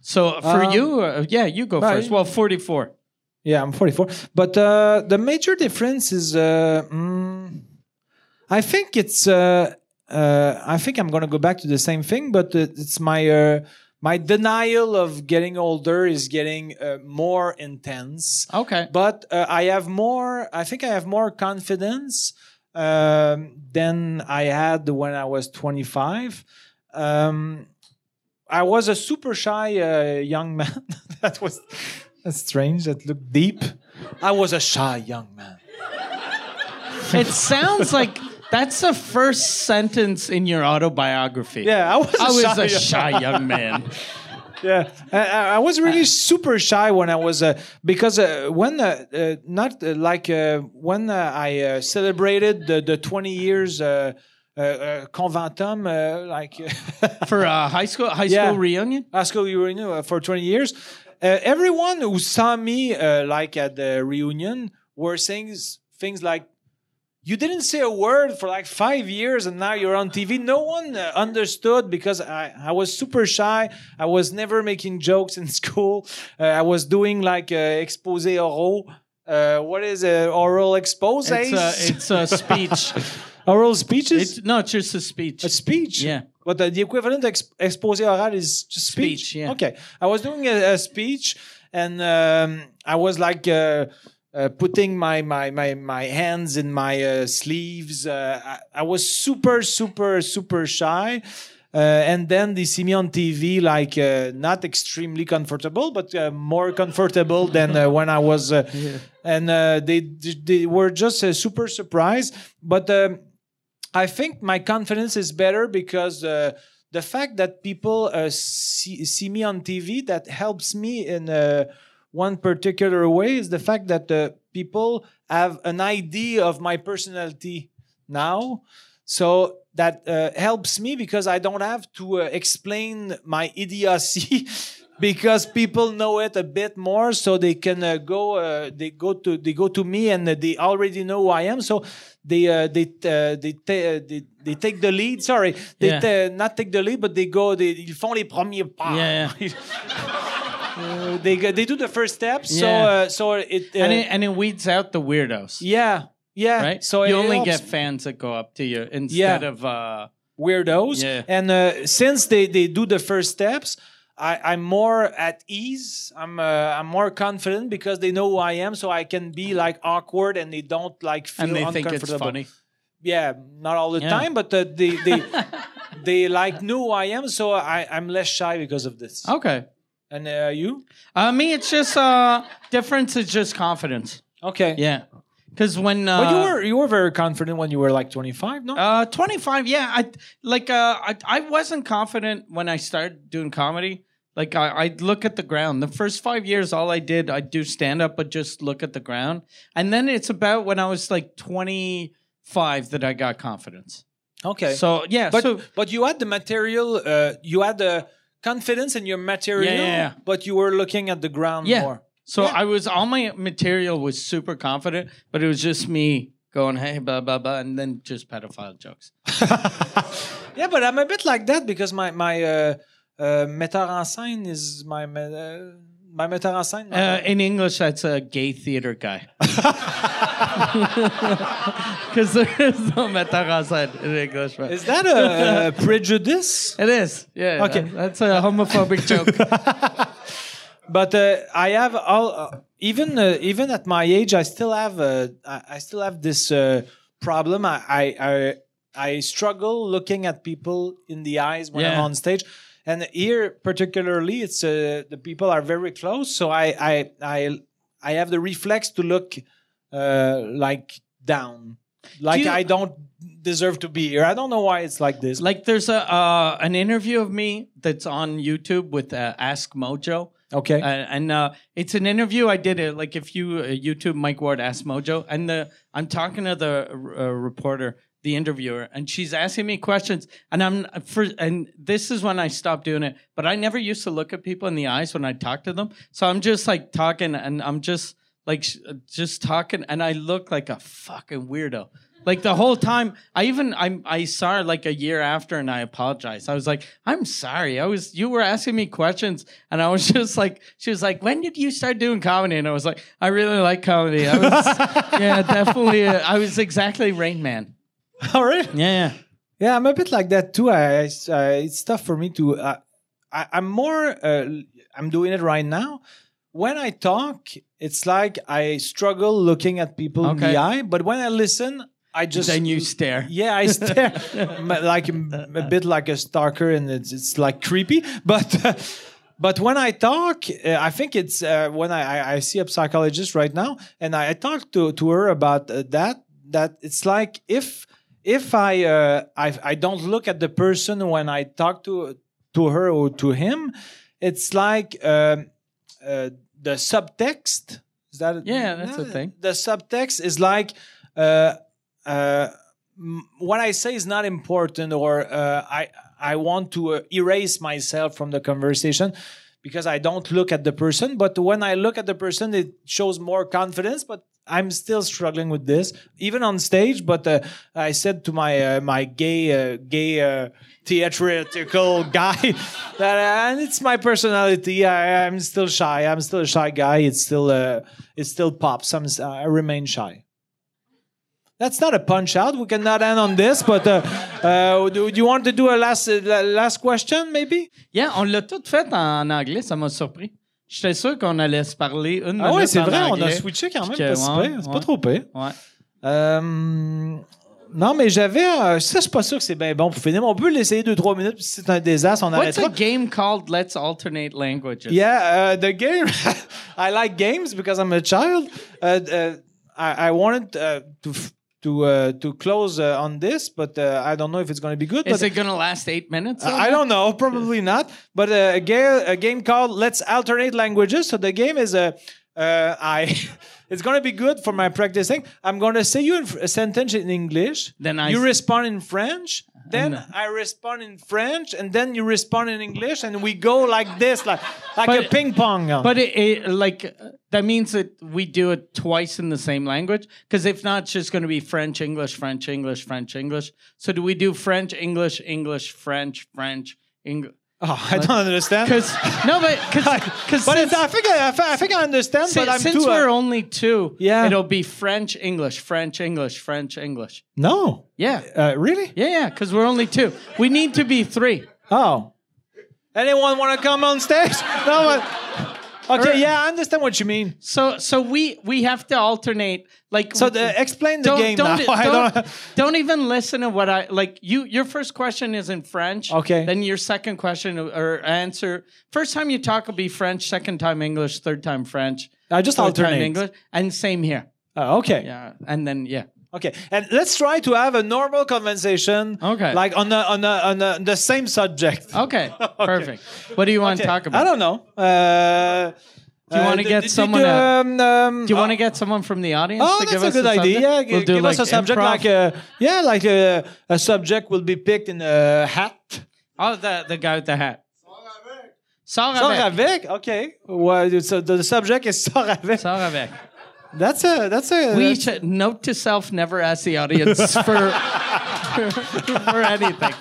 B: So for
A: Um,
B: you, uh, yeah, you go
A: I-
B: first. Well, 44.
A: yeah, I'm 44, but uh, the major difference is, uh, mm, I think it's, uh, uh, I think I'm gonna go back to the same thing, but it- it's my uh, my denial of getting older is getting uh, more intense.
B: Okay.
A: but uh, I have more. I think I have more confidence um, than I had when I was 25. Um, I was a super shy uh, young man. that was that's strange. That looked deep. I was a shy young man.
B: it sounds like that's the first sentence in your autobiography.
A: Yeah, I was.
B: I was a
A: young-
B: shy young man.
A: yeah, I, I I was really super shy when I was uh, because uh, when uh, uh, not uh, like uh, when uh, I uh, celebrated the, the 20 years uh, uh, uh, conventum, uh, like
B: For a high school high
A: Yeah.
B: school reunion?
A: high school reunion uh, for 20 years, uh, everyone who saw me uh, like at the reunion were saying s- things like. You didn't say a word for like five years, and now you're on TV. No one uh, understood because I, I was super shy. I was never making jokes in school. Uh, I was doing like uh, expose oral. Uh, what is uh, oral expose?
B: It's a, it's a speech.
A: oral speeches.
B: It's, no, it's just a speech.
A: A speech.
B: Yeah.
A: But the, the equivalent ex- expose oral is just speech.
B: Speech, yeah.
A: Okay. I was doing a, a speech and um, I was like uh, uh, putting my, my, my, my hands in my uh, sleeves. Uh, I, I was super, super, super shy. Uh, and then they see me on TV, like uh, not extremely comfortable, but uh, more comfortable than uh, when I was. Uh, And uh, they, they were just uh, super surprised. But um, I think my confidence is better because uh, the fact that people uh, see, see me on TV that helps me in uh, one particular way is the fact that uh, people have an idea of my personality now. So that uh, helps me because I don't have to uh, explain my idiocy because people know it a bit more, so they can uh, go. Uh, they go to they go to me, and uh, they already know who I am. So they uh, they uh, they, ta- uh, they they take the lead. Sorry, they
B: Yeah.
A: ta- not take the lead, but they go. They ils font les premiers pas.
B: Yeah,
A: Uh, they go- they do the first steps. So
B: Yeah.
A: uh, so it, uh,
B: and it, and it weeds out the weirdos.
A: yeah yeah.
B: Right.
A: So
B: you
A: it
B: only
A: helps.
B: get fans that go up to you instead of uh,
A: weirdos.
B: Yeah.
A: And uh, since they, they do the first steps, I, I'm more at ease. I'm uh, I'm more confident because they know who I am, so I can be like awkward and they don't like feel
B: and they think
A: uncomfortable.
B: it's funny.
A: Yeah, not all the
B: Yeah.
A: time, but uh, they they they like know who I am, so I, I'm less shy because of this.
B: Okay.
A: And uh, you?
B: Uh, me, it's just uh, difference is just confidence.
A: Okay.
B: Yeah, because when uh,
A: But you were you were very confident when you were like 25, no?
B: Uh, 25. Yeah, I like. Uh, I, I wasn't confident when I started doing comedy. Like I, I'd look at the ground. The first five years, all I did, I'd do stand up, but just look at the ground. And then it's about when I was like 25 that I got confidence.
A: okay.
B: So yeah,
A: But
B: so
A: but you had the material. Uh, you had the confidence in your material.
B: Yeah, yeah, yeah.
A: But you were looking at the ground
B: Yeah.
A: more.
B: so I was all my material was super confident, but it was just me going hey blah blah blah, and then just pedophile jokes.
A: Yeah, but I'm a bit like that because my my uh, uh, metteur en scène is my me- uh, my metteur en scène.
B: Uh, in English, that's a gay theater guy. Because there is no metarasan in English. But
A: is that a, a prejudice?
B: it is. Yeah.
A: Okay.
B: that- that's a homophobic joke.
A: But uh, I have all uh, even uh, even at my age, I still have uh, I, I still have this uh, problem. I, I I I struggle looking at people in the eyes when I'm
B: Yeah.
A: on stage, and here particularly, it's uh, the people are very close, so I I I I have the reflex to look uh, like down, like
B: you-
A: I don't deserve to be here. I don't know why it's like this.
B: like there's a uh, an interview of me that's on YouTube with uh, Ask Mojo.
A: okay,
B: Uh, and uh, it's an interview I did. It like if you uh, YouTube Mike Ward asked Mojo, and the I'm talking to the uh, reporter, the interviewer, and she's asking me questions, and I'm for and this is when I stopped doing it. But I never used to look at people in the eyes when I talked to them, so I'm just like talking, and I'm just like sh- uh, just talking, and I look like a fucking weirdo. Like the whole time, I even I I saw her like a year after, and I apologized. I was like, "I'm sorry. I was you were asking me questions, and I was just like, she was like, when did you start doing comedy?" And I was like, "I really like comedy. I was, yeah, definitely. uh, I was exactly Rain Man.
A: all right.
B: Yeah,
A: Yeah, I'm a bit like that too. I, I uh, it's tough for me to. Uh, I, I'm more. Uh, I'm doing it right now. When I talk, it's like I struggle looking at people in
B: Okay.
A: the eye. But when I listen, I just
B: then you stare.
A: yeah, I stare m- like m- a bit like a stalker, and it's, it's like creepy. But but when I talk, uh, I think it's uh, when I, I I see a psychologist right now, and I, I talked to to her about uh, that. That it's like if if I, uh, I I don't look at the person when I talk to to her or to him, it's like um, uh, the subtext. Is that
B: Yeah, that's a thing.
A: The subtext is like. Uh, uh, m- what I say is not important, or uh, I I want to uh, erase myself from the conversation because I don't look at the person. But when I look at the person, it shows more confidence. But I'm still struggling with this, even on stage. But uh, I said to my uh, my gay uh, gay uh, theatrical guy that uh, and it's my personality. I, I'm still shy. I'm still a shy guy. It's still uh, it still pops. I'm, s- I remain shy. That's not a punch out. We cannot end on this, but uh, uh, do, do you want to do a last uh, la- last question, maybe?
B: Yeah, on l'a tout fait en anglais. Ça m'a surpris. J'étais sûr qu'on allait se parler une
A: Ah ouais,
B: minute
A: c'est
B: en
A: vrai, on a
B: anglais.
A: switché quand même,
B: Puis que,
A: pas si
B: ouais,
A: pire, c'est pas
B: ouais.
A: trop pire.
B: Ouais.
A: Euh, non, mais j'avais. euh, ça, je suis pas sûr que c'est bien bon pour finir, mais on peut l'essayer deux, trois minutes, puis si c'est un désastre, on
B: What's a
A: arrêtera.
B: game called Let's Alternate Languages?
A: Uh, Yeah, uh, the game. I like games because I'm a child. Uh, uh, I, I wanted uh, to f- to uh, to close uh, on this, but uh, I don't know if it's going to be good.
B: Is
A: but
B: it gonna last eight minutes?
A: I I don't know, probably not. But uh, a, ga- a game called Let's Alternate Languages. So the game is a. Uh, Uh, I, it's going to be good for my practicing. I'm going to say you in, a sentence in English.
B: Then I
A: you
B: s-
A: respond in French. Then I respond in French, and then you respond in English, and we go like this, like like a
B: But-
A: ping pong.
B: But it, it like uh, that means that we do it twice in the same language. Because if not, it's just going to be French, English, French, English, French, English. So do we do French, English, English, French, French, English?
A: oh, I don't understand.
B: Because no, but because
A: but it's- I think I, I think- I think I understand.
B: since,
A: but I'm
B: since
A: too. uh,
B: we're only two,
A: Yeah.
B: it'll be French, English, French, English, French, English.
A: no,
B: Yeah,
A: uh, really?
B: yeah, yeah. Because we're only two. We need to be three.
A: Oh. Anyone want to come on stage? No, but, okay, yeah, I understand what you mean.
B: So so we we have to alternate. Like
A: So the, explain the game now. I
B: Don't,
A: don't-
B: don't even listen to what I like. You your first question is in French.
A: Okay.
B: Then your second question or answer. First time you talk will be French. Second time English. Third time French.
A: I just
B: third time
A: alternate.
B: English. And same here.
A: Oh, okay.
B: Yeah. And then yeah.
A: Okay. And let's try to have a normal conversation.
B: Okay.
A: Like on the on the on the, the same subject.
B: Okay. Perfect. What do you want to talk about?
A: I don't know. Uh, do
B: you wanna get someone, uh,
A: Um, um,
B: do you want to get someone from the audience?
A: Oh,
B: to
A: that's
B: give
A: a
B: us
A: good idea.
B: subject?
A: Yeah, g-
B: We'll do
A: give
B: like
A: us a subject
B: improv.
A: like a yeah, like a, a subject will be picked in a hat.
B: oh the the guy with the hat. Sors
A: Sort
B: avec.
A: avec. Okay. Well, so the subject is sort avec.
B: Sors avec.
A: That's a that's a uh,
B: We
A: that's-
B: should note to self: never ask the audience for for anything.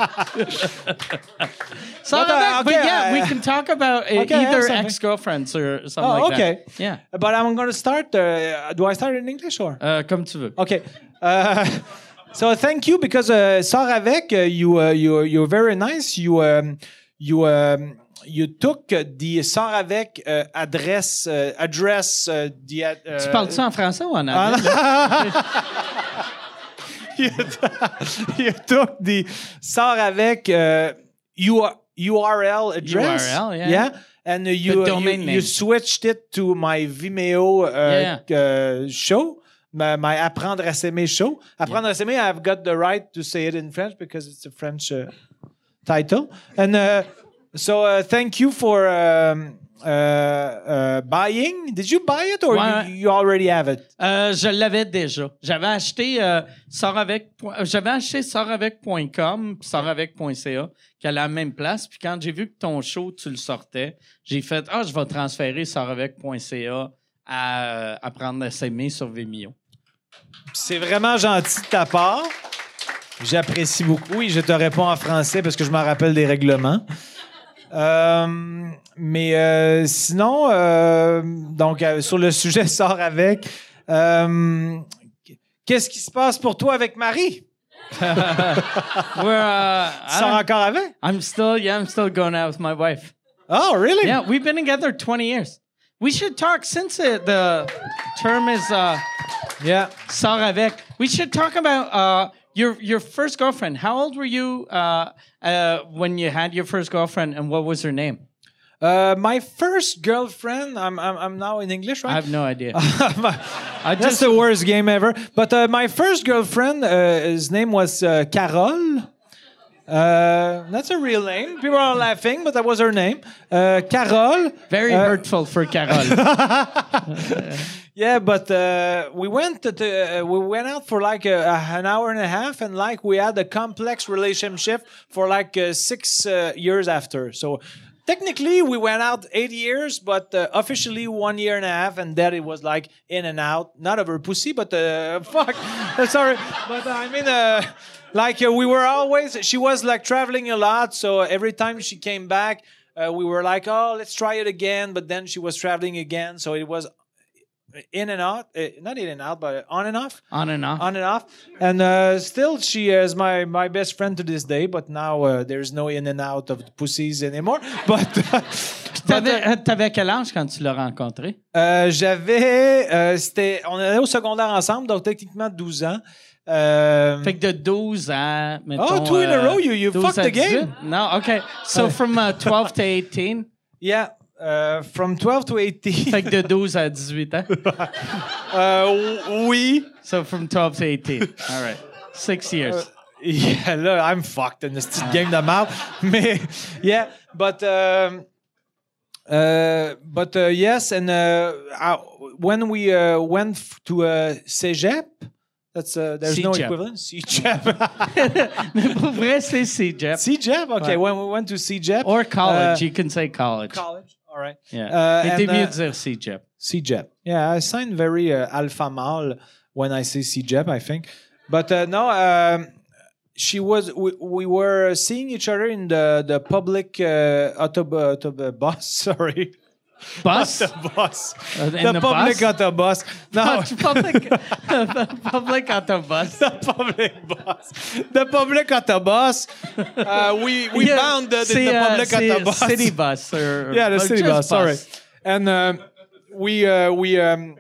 B: so,
A: But, uh,
B: but,
A: okay,
B: yeah,
A: I-
B: we can talk about uh,
A: Okay, I have
B: either
A: something.
B: ex-girlfriends or something
A: Oh,
B: like
A: okay.
B: that. Yeah.
A: But I'm going to start. Uh, do I start in English or?
B: Uh, comme tu veux.
A: Okay. Uh, so thank you because uh, Sort avec uh, you uh, you you're very nice. You um, you um, you took uh, the Sort avec uh, address uh, address uh, the. ad- Uh,
B: Tu parles-tu en français ou en
A: Ah,
B: anglais?
A: you, you took the Sort avec uh, UR, URL address.
B: URL, yeah.
A: And uh, you, you,
B: domain name.
A: you switched it to my Vimeo uh, uh, show, my, my Apprendre à s'aimer show. Apprendre à s'aimer, I've got the right to say it in French because it's a French uh, title. And uh, so uh, thank you for um, uh, uh, buying. Did you buy it or
B: Ouais.
A: you, you already have it?
B: Euh, je l'avais déjà. J'avais acheté euh, sortavec point- euh, j'avais acheté sortavec.com puis sortavec.ca qui allait à la même place. Puis quand j'ai vu que ton show tu le sortais, j'ai fait ah je vais transférer sortavec.ca à apprendre à s'aimer sur Vimeo.
A: C'est vraiment gentil de ta part. J'apprécie beaucoup. et je te réponds en français parce que je me rappelle des règlements. Euh, mais euh, sinon, euh, donc euh, sur le sujet sort avec. euh, Qu'est-ce qui se passe pour toi avec Marie?
B: We're, uh, I
A: Tu sors
B: don't-
A: encore avec?
B: I'm still yeah I'm still going out with my wife.
A: Oh, really?
B: Yeah, we've been together 20 years. We should talk since uh, the term is. Uh,
A: Yeah.
B: Sort avec. We should talk about uh, your your first girlfriend. How old were you uh, uh, when you had your first girlfriend, and what was her name?
A: Uh, my first girlfriend, I'm, I'm, I'm now in English,
B: I
A: right?
B: have no idea.
A: Uh, I That's the worst game ever. But uh, my first girlfriend, uh, his name was uh, Carol. Uh, that's a real name. People are laughing, but that was her name. Uh, Carol.
B: Very
A: Uh,
B: hurtful for Carol.
A: Yeah, but uh, we went to the, uh, we went out for like a, a- an hour and a half, and like we had a complex relationship for like uh, six uh, years after. So technically, we went out eight years, but uh, officially one year and a half, and then it was like in and out, not over pussy, but uh, fuck, Uh, sorry, but I mean. Uh, like uh, we were always, she was like traveling a lot, so every time she came back, uh, we were like, "Oh, let's try it again." But then she was traveling again, so it was in and out, uh, not in and out, but on and off,
B: On and off.
A: on and off. And uh, still, she is my my best friend to this day. But now uh, there's no in and out of pussies anymore. But, uh, but,
B: T'avais euh, t'avais quel âge quand tu l'as rencontrée?
A: euh, j'avais, euh, c'était, on allait au secondaire ensemble, donc techniquement 12 ans. Euh,
B: Fait que de 12 à, mettons...
A: Oh, two in a row, you- you
B: 12
A: fucked
B: à
A: the game.
B: 18? No, okay. So from uh, 12 to 18,
A: yeah, uh, from 12 to 18.
B: fait que de 12 à 18 ans.
A: Euh, oui.
B: So from 12 to 18. All right. Six years.
A: Yeah, là, I'm fucked in this game de merde. Mais, yeah, but, um, uh, but uh, yes, and uh, I- when we uh, went f- to uh, Cégep, that's uh, there's no
B: Cégep.
A: equivalent. Cégep. Uh,
B: Mais pour vrai, c'est CJEP.
A: Cégep. Okay,
B: Ouais.
A: when we went to Cégep
B: Or college.
A: Uh,
B: you can say college.
A: college. All right.
B: yeah.
A: uh,
B: Mais
A: and,
B: t'es mieux
A: uh,
B: de dire CJEP.
A: CJEP. Yeah, I sound very uh, alpha male when I say CJEP, I think. But uh, no, um, she was. We, we were seeing each other in the the public uh, autob- autob- bus. Sorry,
B: Bus?
A: autobus.
B: Uh, in
A: the,
B: the
A: public
B: bus?
A: autobus. No,
B: public, public autobus.
A: the public bus. The public autobus. Uh, we we
B: Yeah,
A: found the, the,
B: c'est,
A: the
B: uh,
A: public
B: c'est, uh,
A: autobus.
B: City bus. Or,
A: yeah, the
B: or
A: city
B: just
A: bus. Sorry, and um, we uh, we. Um,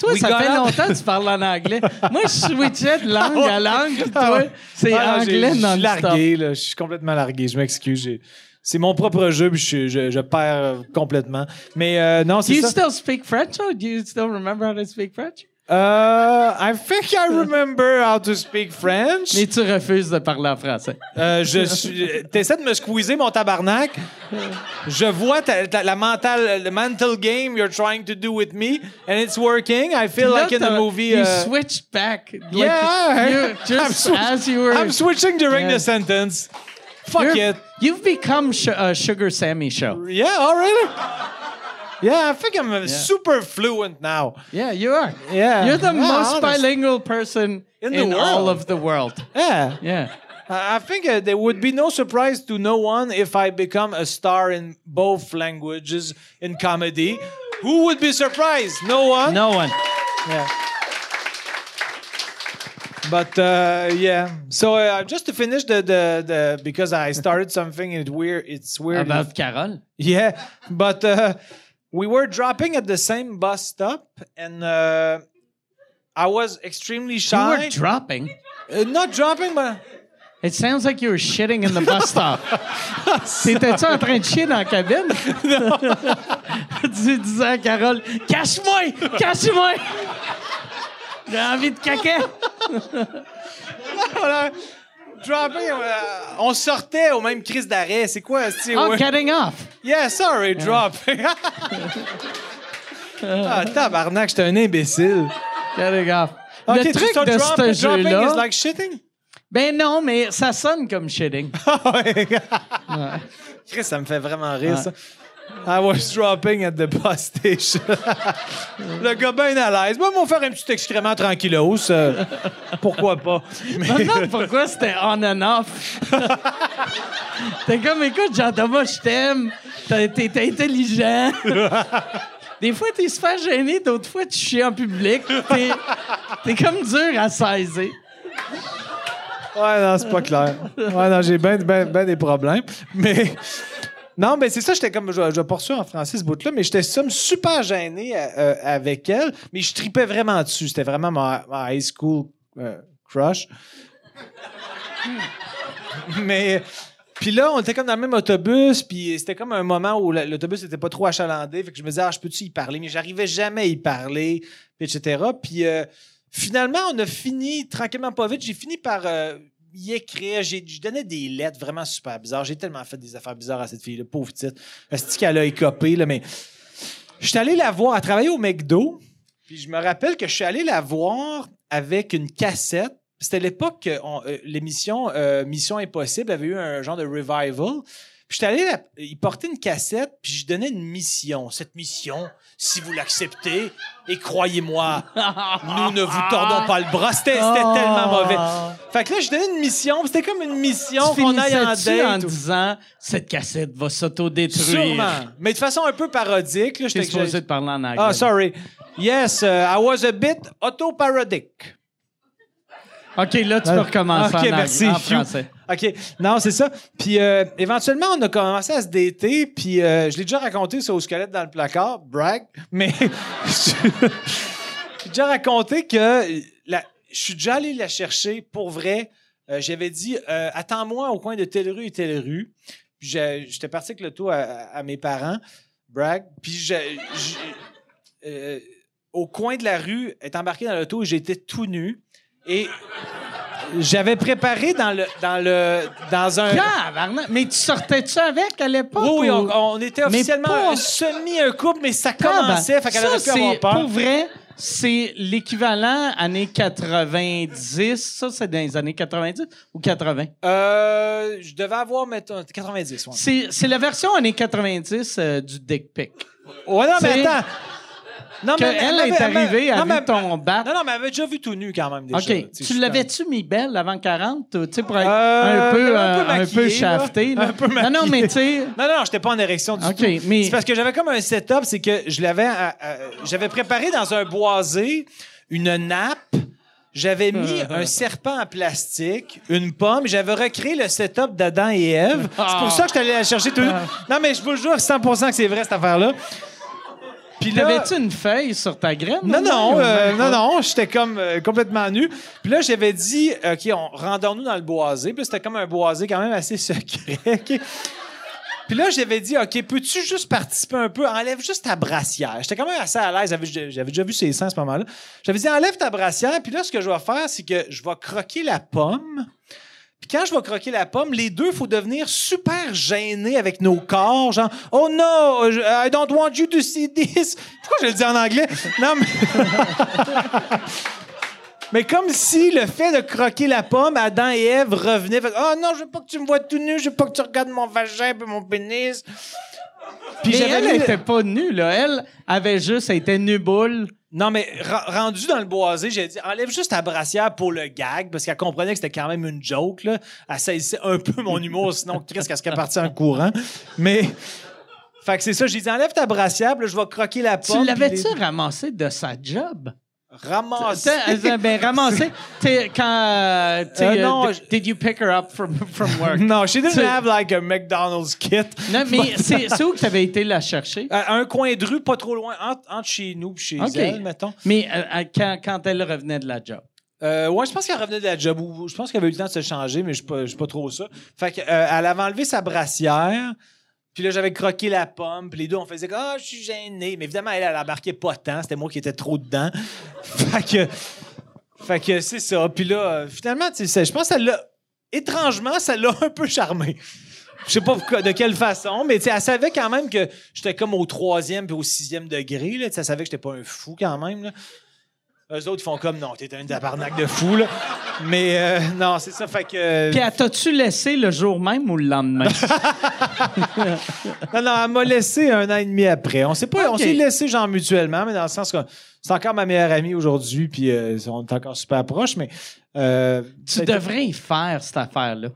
B: Toi,
A: We
B: ça
A: got
B: fait
A: up.
B: longtemps que tu parles en anglais. Moi, je switchais de langue à langue. puis
A: Ah
B: Toi,
A: ouais.
B: c'est
A: Ah non, j'ai-
B: anglais
A: Je suis
B: non-stop.
A: largué, là. Je suis complètement largué. Je m'excuse. J'ai- C'est mon propre jeu, puis je, je, je perds euh, complètement. Mais euh, non,
B: Do
A: c'est
B: you
A: ça.
B: still speak French or do you still remember how to speak French?
A: Euh, I think I remember how to speak French.
B: Mais tu refuses de parler en français.
A: Euh, je suis. T'essaies de me squeezer, mon tabarnak. Je vois ta- ta- la mental, le mental game you're trying to do with me, and it's working. I feel like in the
B: Là,
A: movie.
B: You
A: uh,
B: switched back. Like,
A: yeah,
B: you- just
A: I'm, swi-
B: as you were.
A: I'm switching during
B: Yeah.
A: the sentence. Fuck
B: you're-
A: it.
B: You've become sh- uh, Sugar Sammy show.
A: Yeah, already. Yeah, I think I'm uh super fluent now.
B: Yeah, you are.
A: Yeah.
B: You're the
A: Yeah,
B: most
A: honest.
B: bilingual person
A: In
B: in,
A: the world.
B: all of the world.
A: Yeah,
B: Yeah.
A: I I think uh, there would be no surprise to no one if I become a star in both languages in comedy. Who would be surprised? No one.
B: No one.
A: Yeah. But uh, yeah, so uh, just to finish the, the the because I started something and it weird it's weird
B: About Carol.
A: Yeah, but uh, we were dropping at the same bus stop, and uh, I was extremely
B: You
A: shy.
B: were dropping.
A: Uh, not dropping, but
B: It sounds like you were shitting in the bus stop. T'étais-tu en train de chier dans la cabine? tu disais à Carole, cache-moi! Cache-moi! J'ai envie de caca!
A: voilà, uh, dropping. uh, on sortait au même crise d'arrêt. C'est quoi, c'est
B: Oh,
A: ouais.
B: cutting off!
A: Yeah, sorry, dropping. ah, tabarnak, j'étais un imbécile.
B: Cutting off.
A: Ok,
B: Le
A: tu-
B: truc
A: so
B: de
A: drop-
B: ce
A: dropping
B: jeu-là...
A: is like shitting.
B: Ben non, mais ça sonne comme shitting.
A: Ah ouais. Chris, ça me fait vraiment rire, ça. I was dropping at the bus station. Le gars bien à l'aise. Moi, ils m'ont faire un petit excrément tranquillos. euh, pourquoi pas? Mais-
B: Je me demande pourquoi c'était on and off. T'es comme, écoute, Jean-Thomas, je t'aime. T'es t'es- t'es intelligent. Des fois, t'es super gêné. D'autres fois, tu chies en public. T'es- T'es comme dur à saisir.
A: Ouais, non, c'est pas clair. Ouais, non, j'ai bien des problèmes. Mais. Non, mais c'est ça, j'étais comme. Je, je poursuis en français ce bout-là, mais j'étais somme super gêné euh, avec elle. Mais je tripais vraiment dessus. C'était vraiment ma, ma high school euh, crush. mais. Puis là, on était comme dans le même autobus, puis c'était comme un moment où la- l'autobus n'était pas trop achalandé. Fait que je me disais, ah, je peux-tu y parler? Mais j'arrivais jamais à y parler, puis etc. Puis euh, finalement, on a fini tranquillement, pas vite. J'ai fini par euh, y écrire. J'ai, je donnais des lettres vraiment super bizarres. J'ai tellement fait des affaires bizarres à cette fille-là, pauvre petite. Est-ce qu'elle a écopé, là, mais. Je suis allé la voir. Elle travaillait au McDo. Puis je me rappelle que je suis allé la voir avec une cassette. C'était l'époque que on- euh, l'émission euh, Mission Impossible avait eu un genre de revival. Puis j'étais allé, la- il portait une cassette, puis je donnais une mission. Cette mission, si vous l'acceptez, et croyez-moi, nous ne vous tordons pas le bras. C'était c'était
B: Oh.
A: tellement mauvais. Fait que là, je donnais une mission, puis c'était comme une mission
B: Tu
A: qu'on aille en
B: finissais-tu en
A: date. ou-
B: disant, cette cassette va s'autodétruire.
A: Sûrement. Mais de façon un peu parodique. Là,
B: T'es
A: j'étais-
B: supposé de parler en anglais.
A: Oh, sorry. Yes, uh, I was a bit autoparodic.
B: OK, là, tu peux recommencer
A: Euh, OK,
B: en, ang-
A: merci.
B: en
A: Phew.
B: français.
A: OK. Non, c'est ça. Puis euh, éventuellement, on a commencé à se dater. Puis euh, je l'ai déjà raconté ça au squelette dans le placard, brag. Mais je- j'ai déjà raconté que la- je suis déjà allé la chercher pour vrai. Euh, J'avais dit euh, Attends-moi au coin de telle rue et telle rue. Puis j'ai- j'étais parti avec le tout à, à mes parents, brag. Puis j'ai- j'ai- euh, au coin de la rue, elle est embarquée dans l'auto et j'étais tout nu. Et J'avais préparé dans le dans le dans un Oh
B: Tabarnak. Mais tu sortais-tu avec à l'époque?
A: Euh, Oui, oui,
B: ou-
A: on, on était
B: Mais
A: officiellement
B: pas-
A: un semi un couple, mais ça
B: Tabarnak.
A: commençait, fait qu'elle
B: Ça,
A: aurait pu avoir
B: c'est-
A: peur.
B: Pour vrai, c'est l'équivalent années 90. Ça, c'est dans les années 90 ou 80?
A: Euh, je devais avoir mettons 90. Ouais,
B: C'est c'est la version années 90 euh, du dick pic.
A: Ouais, non mais
B: C'est-
A: attends. Non
B: Que elle
A: m'avait-
B: est arrivée,
A: m'a-
B: elle a
A: non,
B: vu
A: mais-
B: ton bat.
A: Non non, mais elle avait déjà vu tout nu quand même déjà.
B: OK.
A: sais,
B: Tu
A: je-
B: l'avais-tu mis belle avant 40? toi? Tu sais, pour être
A: Euh,
B: un peu,
A: un peu
B: euh, un peu
A: maquillée,
B: shafté.
A: là.
B: là.
A: Un peu
B: non, non, mais
A: maquillée.
B: tu sais...
A: Non, non, j'étais pas en érection du
B: OK,
A: tout.
B: mais-
A: C'est parce que j'avais comme un setup, c'est que je l'avais, à- à- j'avais préparé dans un boisé une nappe, j'avais mis
B: Euh.
A: un serpent en plastique, une pomme, j'avais recréé le setup d'Adam et Ève.
B: Ah.
A: C'est pour ça que je suis allé la chercher tout. Non, mais je vous jure 100% que c'est vrai cette affaire-là. Puis là-
B: T'avais-tu une feuille sur ta graine?
A: non, non,
B: Ou
A: euh,
B: même
A: non,
B: pas?
A: non, j'étais comme euh, complètement nu. Puis là, j'avais dit, OK, on, rendons-nous dans le boisé. Puis là, c'était comme un boisé quand même assez secret. OK. Puis là, j'avais dit, OK, peux-tu juste participer un peu? Enlève juste ta brassière. J'étais quand même assez à l'aise. J'avais, j'avais déjà vu ses seins à ce moment-là. J'avais dit, enlève ta brassière. Puis là, ce que je vais faire, c'est que je vais croquer la pomme. Puis quand je vais croquer la pomme, les deux, faut devenir super gênés avec nos corps. Genre, oh no, je- I don't want you to see this. Pourquoi je le dis en anglais? Non, mais. Mais comme si le fait de croquer la pomme, Adam et Ève revenaient. Fait, oh non, je veux pas que tu me vois tout nu, je veux pas que tu regardes mon vagin et mon pénis. Puis
B: Mais elle
A: mis le-
B: n'était pas nue, là. Elle avait juste elle était nue boule.
A: non, mais ra- rendu dans le boisé, j'ai dit enlève juste ta brassière pour le gag, parce qu'elle comprenait que c'était quand même une joke. Là. Elle saisissait un peu mon humour, sinon Chris, qu'elle serait partie en courant. Mais. Fait que c'est ça, j'ai dit enlève ta brassière, puis là, je vais croquer la pomme.
B: Tu
A: puis
B: l'avais-tu
A: les-
B: ramassée de sa job?
A: Ramassé.
B: T'as- elle- ben, ramassée. T'es- quand. euh, t'es,
A: Euh,
B: euh,
A: non,
B: did-
A: je-
B: Did you pick her up from, from work?
A: Non, she didn't
B: Tu-
A: have like a McDonald's kit.
B: Non, mais c'est c'est où que t'avais été la chercher?
A: À un coin de rue, pas trop loin, entre, entre chez nous et chez
B: OK.
A: elle, mettons.
B: Mais euh, euh, quand, quand elle revenait de la job.
A: Euh, ouais, je pense qu'elle revenait de la job ou je pense qu'elle avait eu le temps de se changer, mais je suis pas, je suis pas trop ça. Fait que, euh, elle avait enlevé sa brassière, puis là, j'avais croqué la pomme, puis les deux, on faisait comme, Ah, je suis gêné. Mais évidemment, elle, elle embarquait pas tant, c'était moi qui étais trop dedans. fait que, fait que c'est ça. Puis là, euh, finalement, tu sais, je pense que ça l'a, étrangement, ça l'a un peu charmé. Je sais pas pourquoi- de quelle façon, mais tu sais, elle savait quand même que j'étais comme au troisième puis au sixième degré. Là, Tu sais, elle savait que j'étais pas un fou quand même. Là. Eux autres, ils font comme non, t'es un tabarnak de fou, là. Mais euh, non, c'est ça, fait que. euh,
B: Puis, elle t'as-tu laissé le jour même ou le lendemain?
A: non, non, elle m'a laissé un an et demi après. On s'est pas, on
B: Ok.
A: s'est laissé, genre, mutuellement, mais dans le sens que c'est encore ma meilleure amie aujourd'hui, puis euh, on est encore super proches, mais. euh,
B: tu
A: peut-être
B: devrais y faire, cette affaire-là.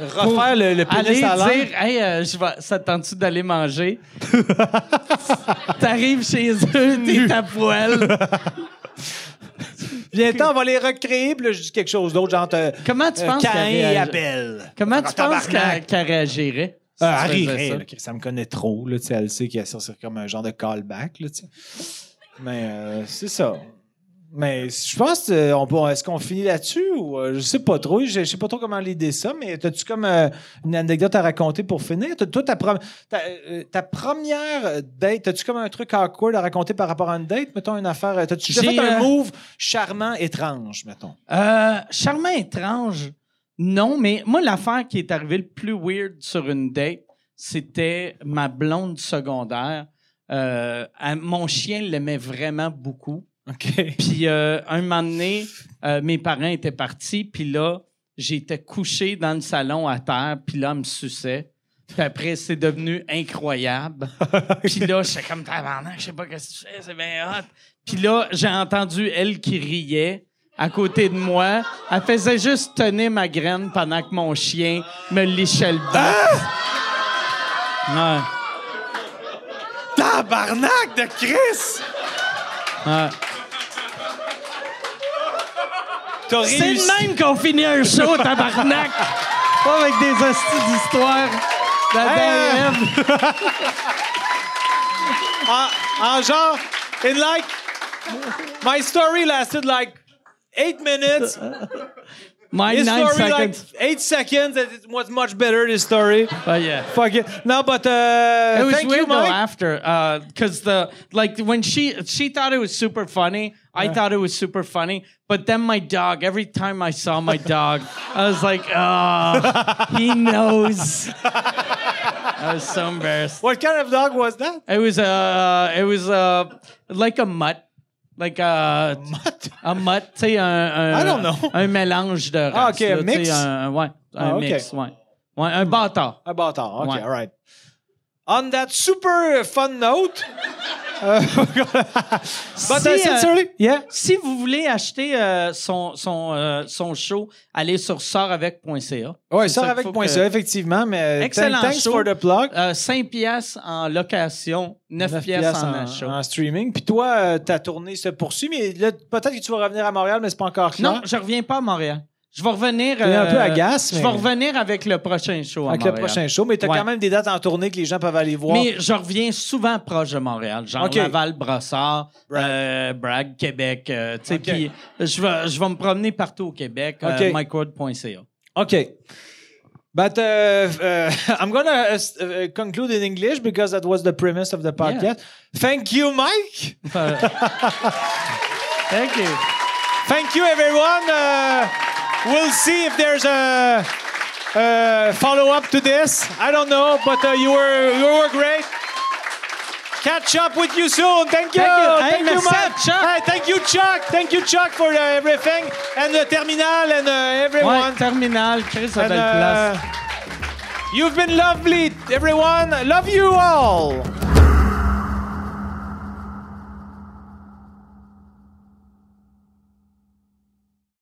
A: refaire le, le pénis
B: Aller
A: à l'air.
B: dire, hey, euh, je vais, ça te tente-tu d'aller manger? T'arrives chez eux, t'es à poil.
A: Bientôt, on va les recréer, puis là, je dis quelque chose d'autre, genre. euh,
B: Comment tu
A: euh,
B: penses
A: Caïn
B: qu'elle
A: et
B: réagi-
A: Abel.
B: Comment
A: Ah,
B: tu penses
A: tabarnak.
B: qu'elle qu'elle réagirait? si
A: Ah,
B: tu
A: elle
B: faisais
A: rirait,
B: ça?
A: là, Chris, ça me connaît trop. Là, tu sais, elle sait qu'il y a ça, c'est comme un genre de callback. Là, tu sais. Mais euh, c'est ça. Mais je pense, euh, on peut- est-ce qu'on finit là-dessus ou euh, je sais pas trop. Je, je sais pas trop comment l'idée ça, mais as-tu comme euh, une anecdote à raconter pour finir? T'as- Toi, ta, prom- ta, euh, ta première date, as-tu comme un truc awkward à raconter par rapport à une date? Mettons une affaire. T'as-tu déjà
B: J'ai,
A: fait un
B: euh,
A: move charmant, étrange, mettons?
B: Euh, charmant étrange. Non, mais moi, l'affaire qui est arrivée le plus weird sur une date, c'était ma blonde du secondaire. Euh, elle- mon chien l'aimait vraiment beaucoup.
A: OK.
B: Puis euh, un moment donné, euh, mes parents étaient partis, puis là, j'étais couché dans le salon à terre, puis là, elle me suçait. Puis après, c'est devenu incroyable. puis là, j'étais comme tabarnak, je sais pas qu'est-ce que tu fais, c'est bien hot. Puis là, j'ai entendu elle qui riait à côté de moi. Elle faisait juste tenir ma graine pendant que mon chien me léchait le bas.
A: Tabarnak de Chris! T'as
B: C'est
A: réussi.
B: le même qu'on finit un show, tabarnak! Pas avec des hosties d'histoire.
A: Ah! Hey! en, en genre, Uh, in like, my story lasted like eight minutes.
B: My
A: His
B: Uh, nine
A: story,
B: seconds.
A: like eight seconds, it was much better. His story.
B: but yeah.
A: Fuck it. No, but uh,
B: It was
A: thank
B: weird
A: you,
B: though
A: Mike.
B: after, because the like when she she thought it was super funny, I thought it was super funny. But then my dog, every time I saw my dog, I was like, oh, he knows. I was so embarrassed.
A: What kind of dog was that?
B: It was uh, it was uh, like a mutt, like a
A: Mutt.
B: un mutt, tu sais, un, un-
A: I don't know.
B: un mélange de races.
A: Ah, ok, un
B: là, tu sais,
A: mix?
B: Un, ouais, un
A: Ah, ok.
B: mix, ouais. Ouais, un bâtard.
A: Un bâtard. OK,
B: Ouais.
A: all right. On that super fun note. uh, but uh,
B: Si, uh,
A: sincerely, yeah.
B: Si vous voulez acheter euh, son, son, euh, son show, allez sur sortavec.ca.
A: Ouais,
B: C'est
A: sort
B: ça
A: avec
B: qu'il faut
A: point
B: que-
A: ça, effectivement, mais
B: Excellent
A: thanks
B: show.
A: for the plug.
B: Euh, 5 piastres en location, 9,
A: 9
B: piastres,
A: piastres
B: en, achat.
A: en streaming. Puis toi, euh, ta tournée se poursuit, mais là, peut-être que tu vas revenir à Montréal, mais c'est pas encore clair.
B: Non, je reviens pas à Montréal. Je vais revenir...
A: T'es un
B: euh,
A: peu agace,
B: Je
A: mais-
B: vais revenir avec le prochain show à
A: avec le
B: Montréal.
A: prochain show, mais t'as
B: Ouais.
A: quand même des dates en tournée que les gens peuvent aller voir.
B: Mais je reviens souvent proche de Montréal, genre
A: OK.
B: Laval, Brossard, euh, Bragg, Québec. euh, tu sais,
A: OK.
B: puis je vais, je vais me promener partout au Québec, euh,
A: OK.
B: mikewood.ca.
A: Okay. But uh, uh, I'm going to uh, conclude in English because that was the premise of the podcast. Thank you, Mike.
B: Euh, Thank you.
A: Thank you, everyone. Uh, we'll see if there's a, a follow up to this. I don't know, but uh, you were you were great. Catch up with you soon. Thank you.
B: Thank you. Hey,
A: Thank you,
B: merci à
A: Mike.
B: Chuck.
A: Hey, thank you, Chuck. Thank you, Chuck, for uh, everything and the terminal and uh, everyone.
B: Ouais, terminal, Chris a
A: And,
B: belle place.
A: uh, You've been lovely, everyone. Love you all.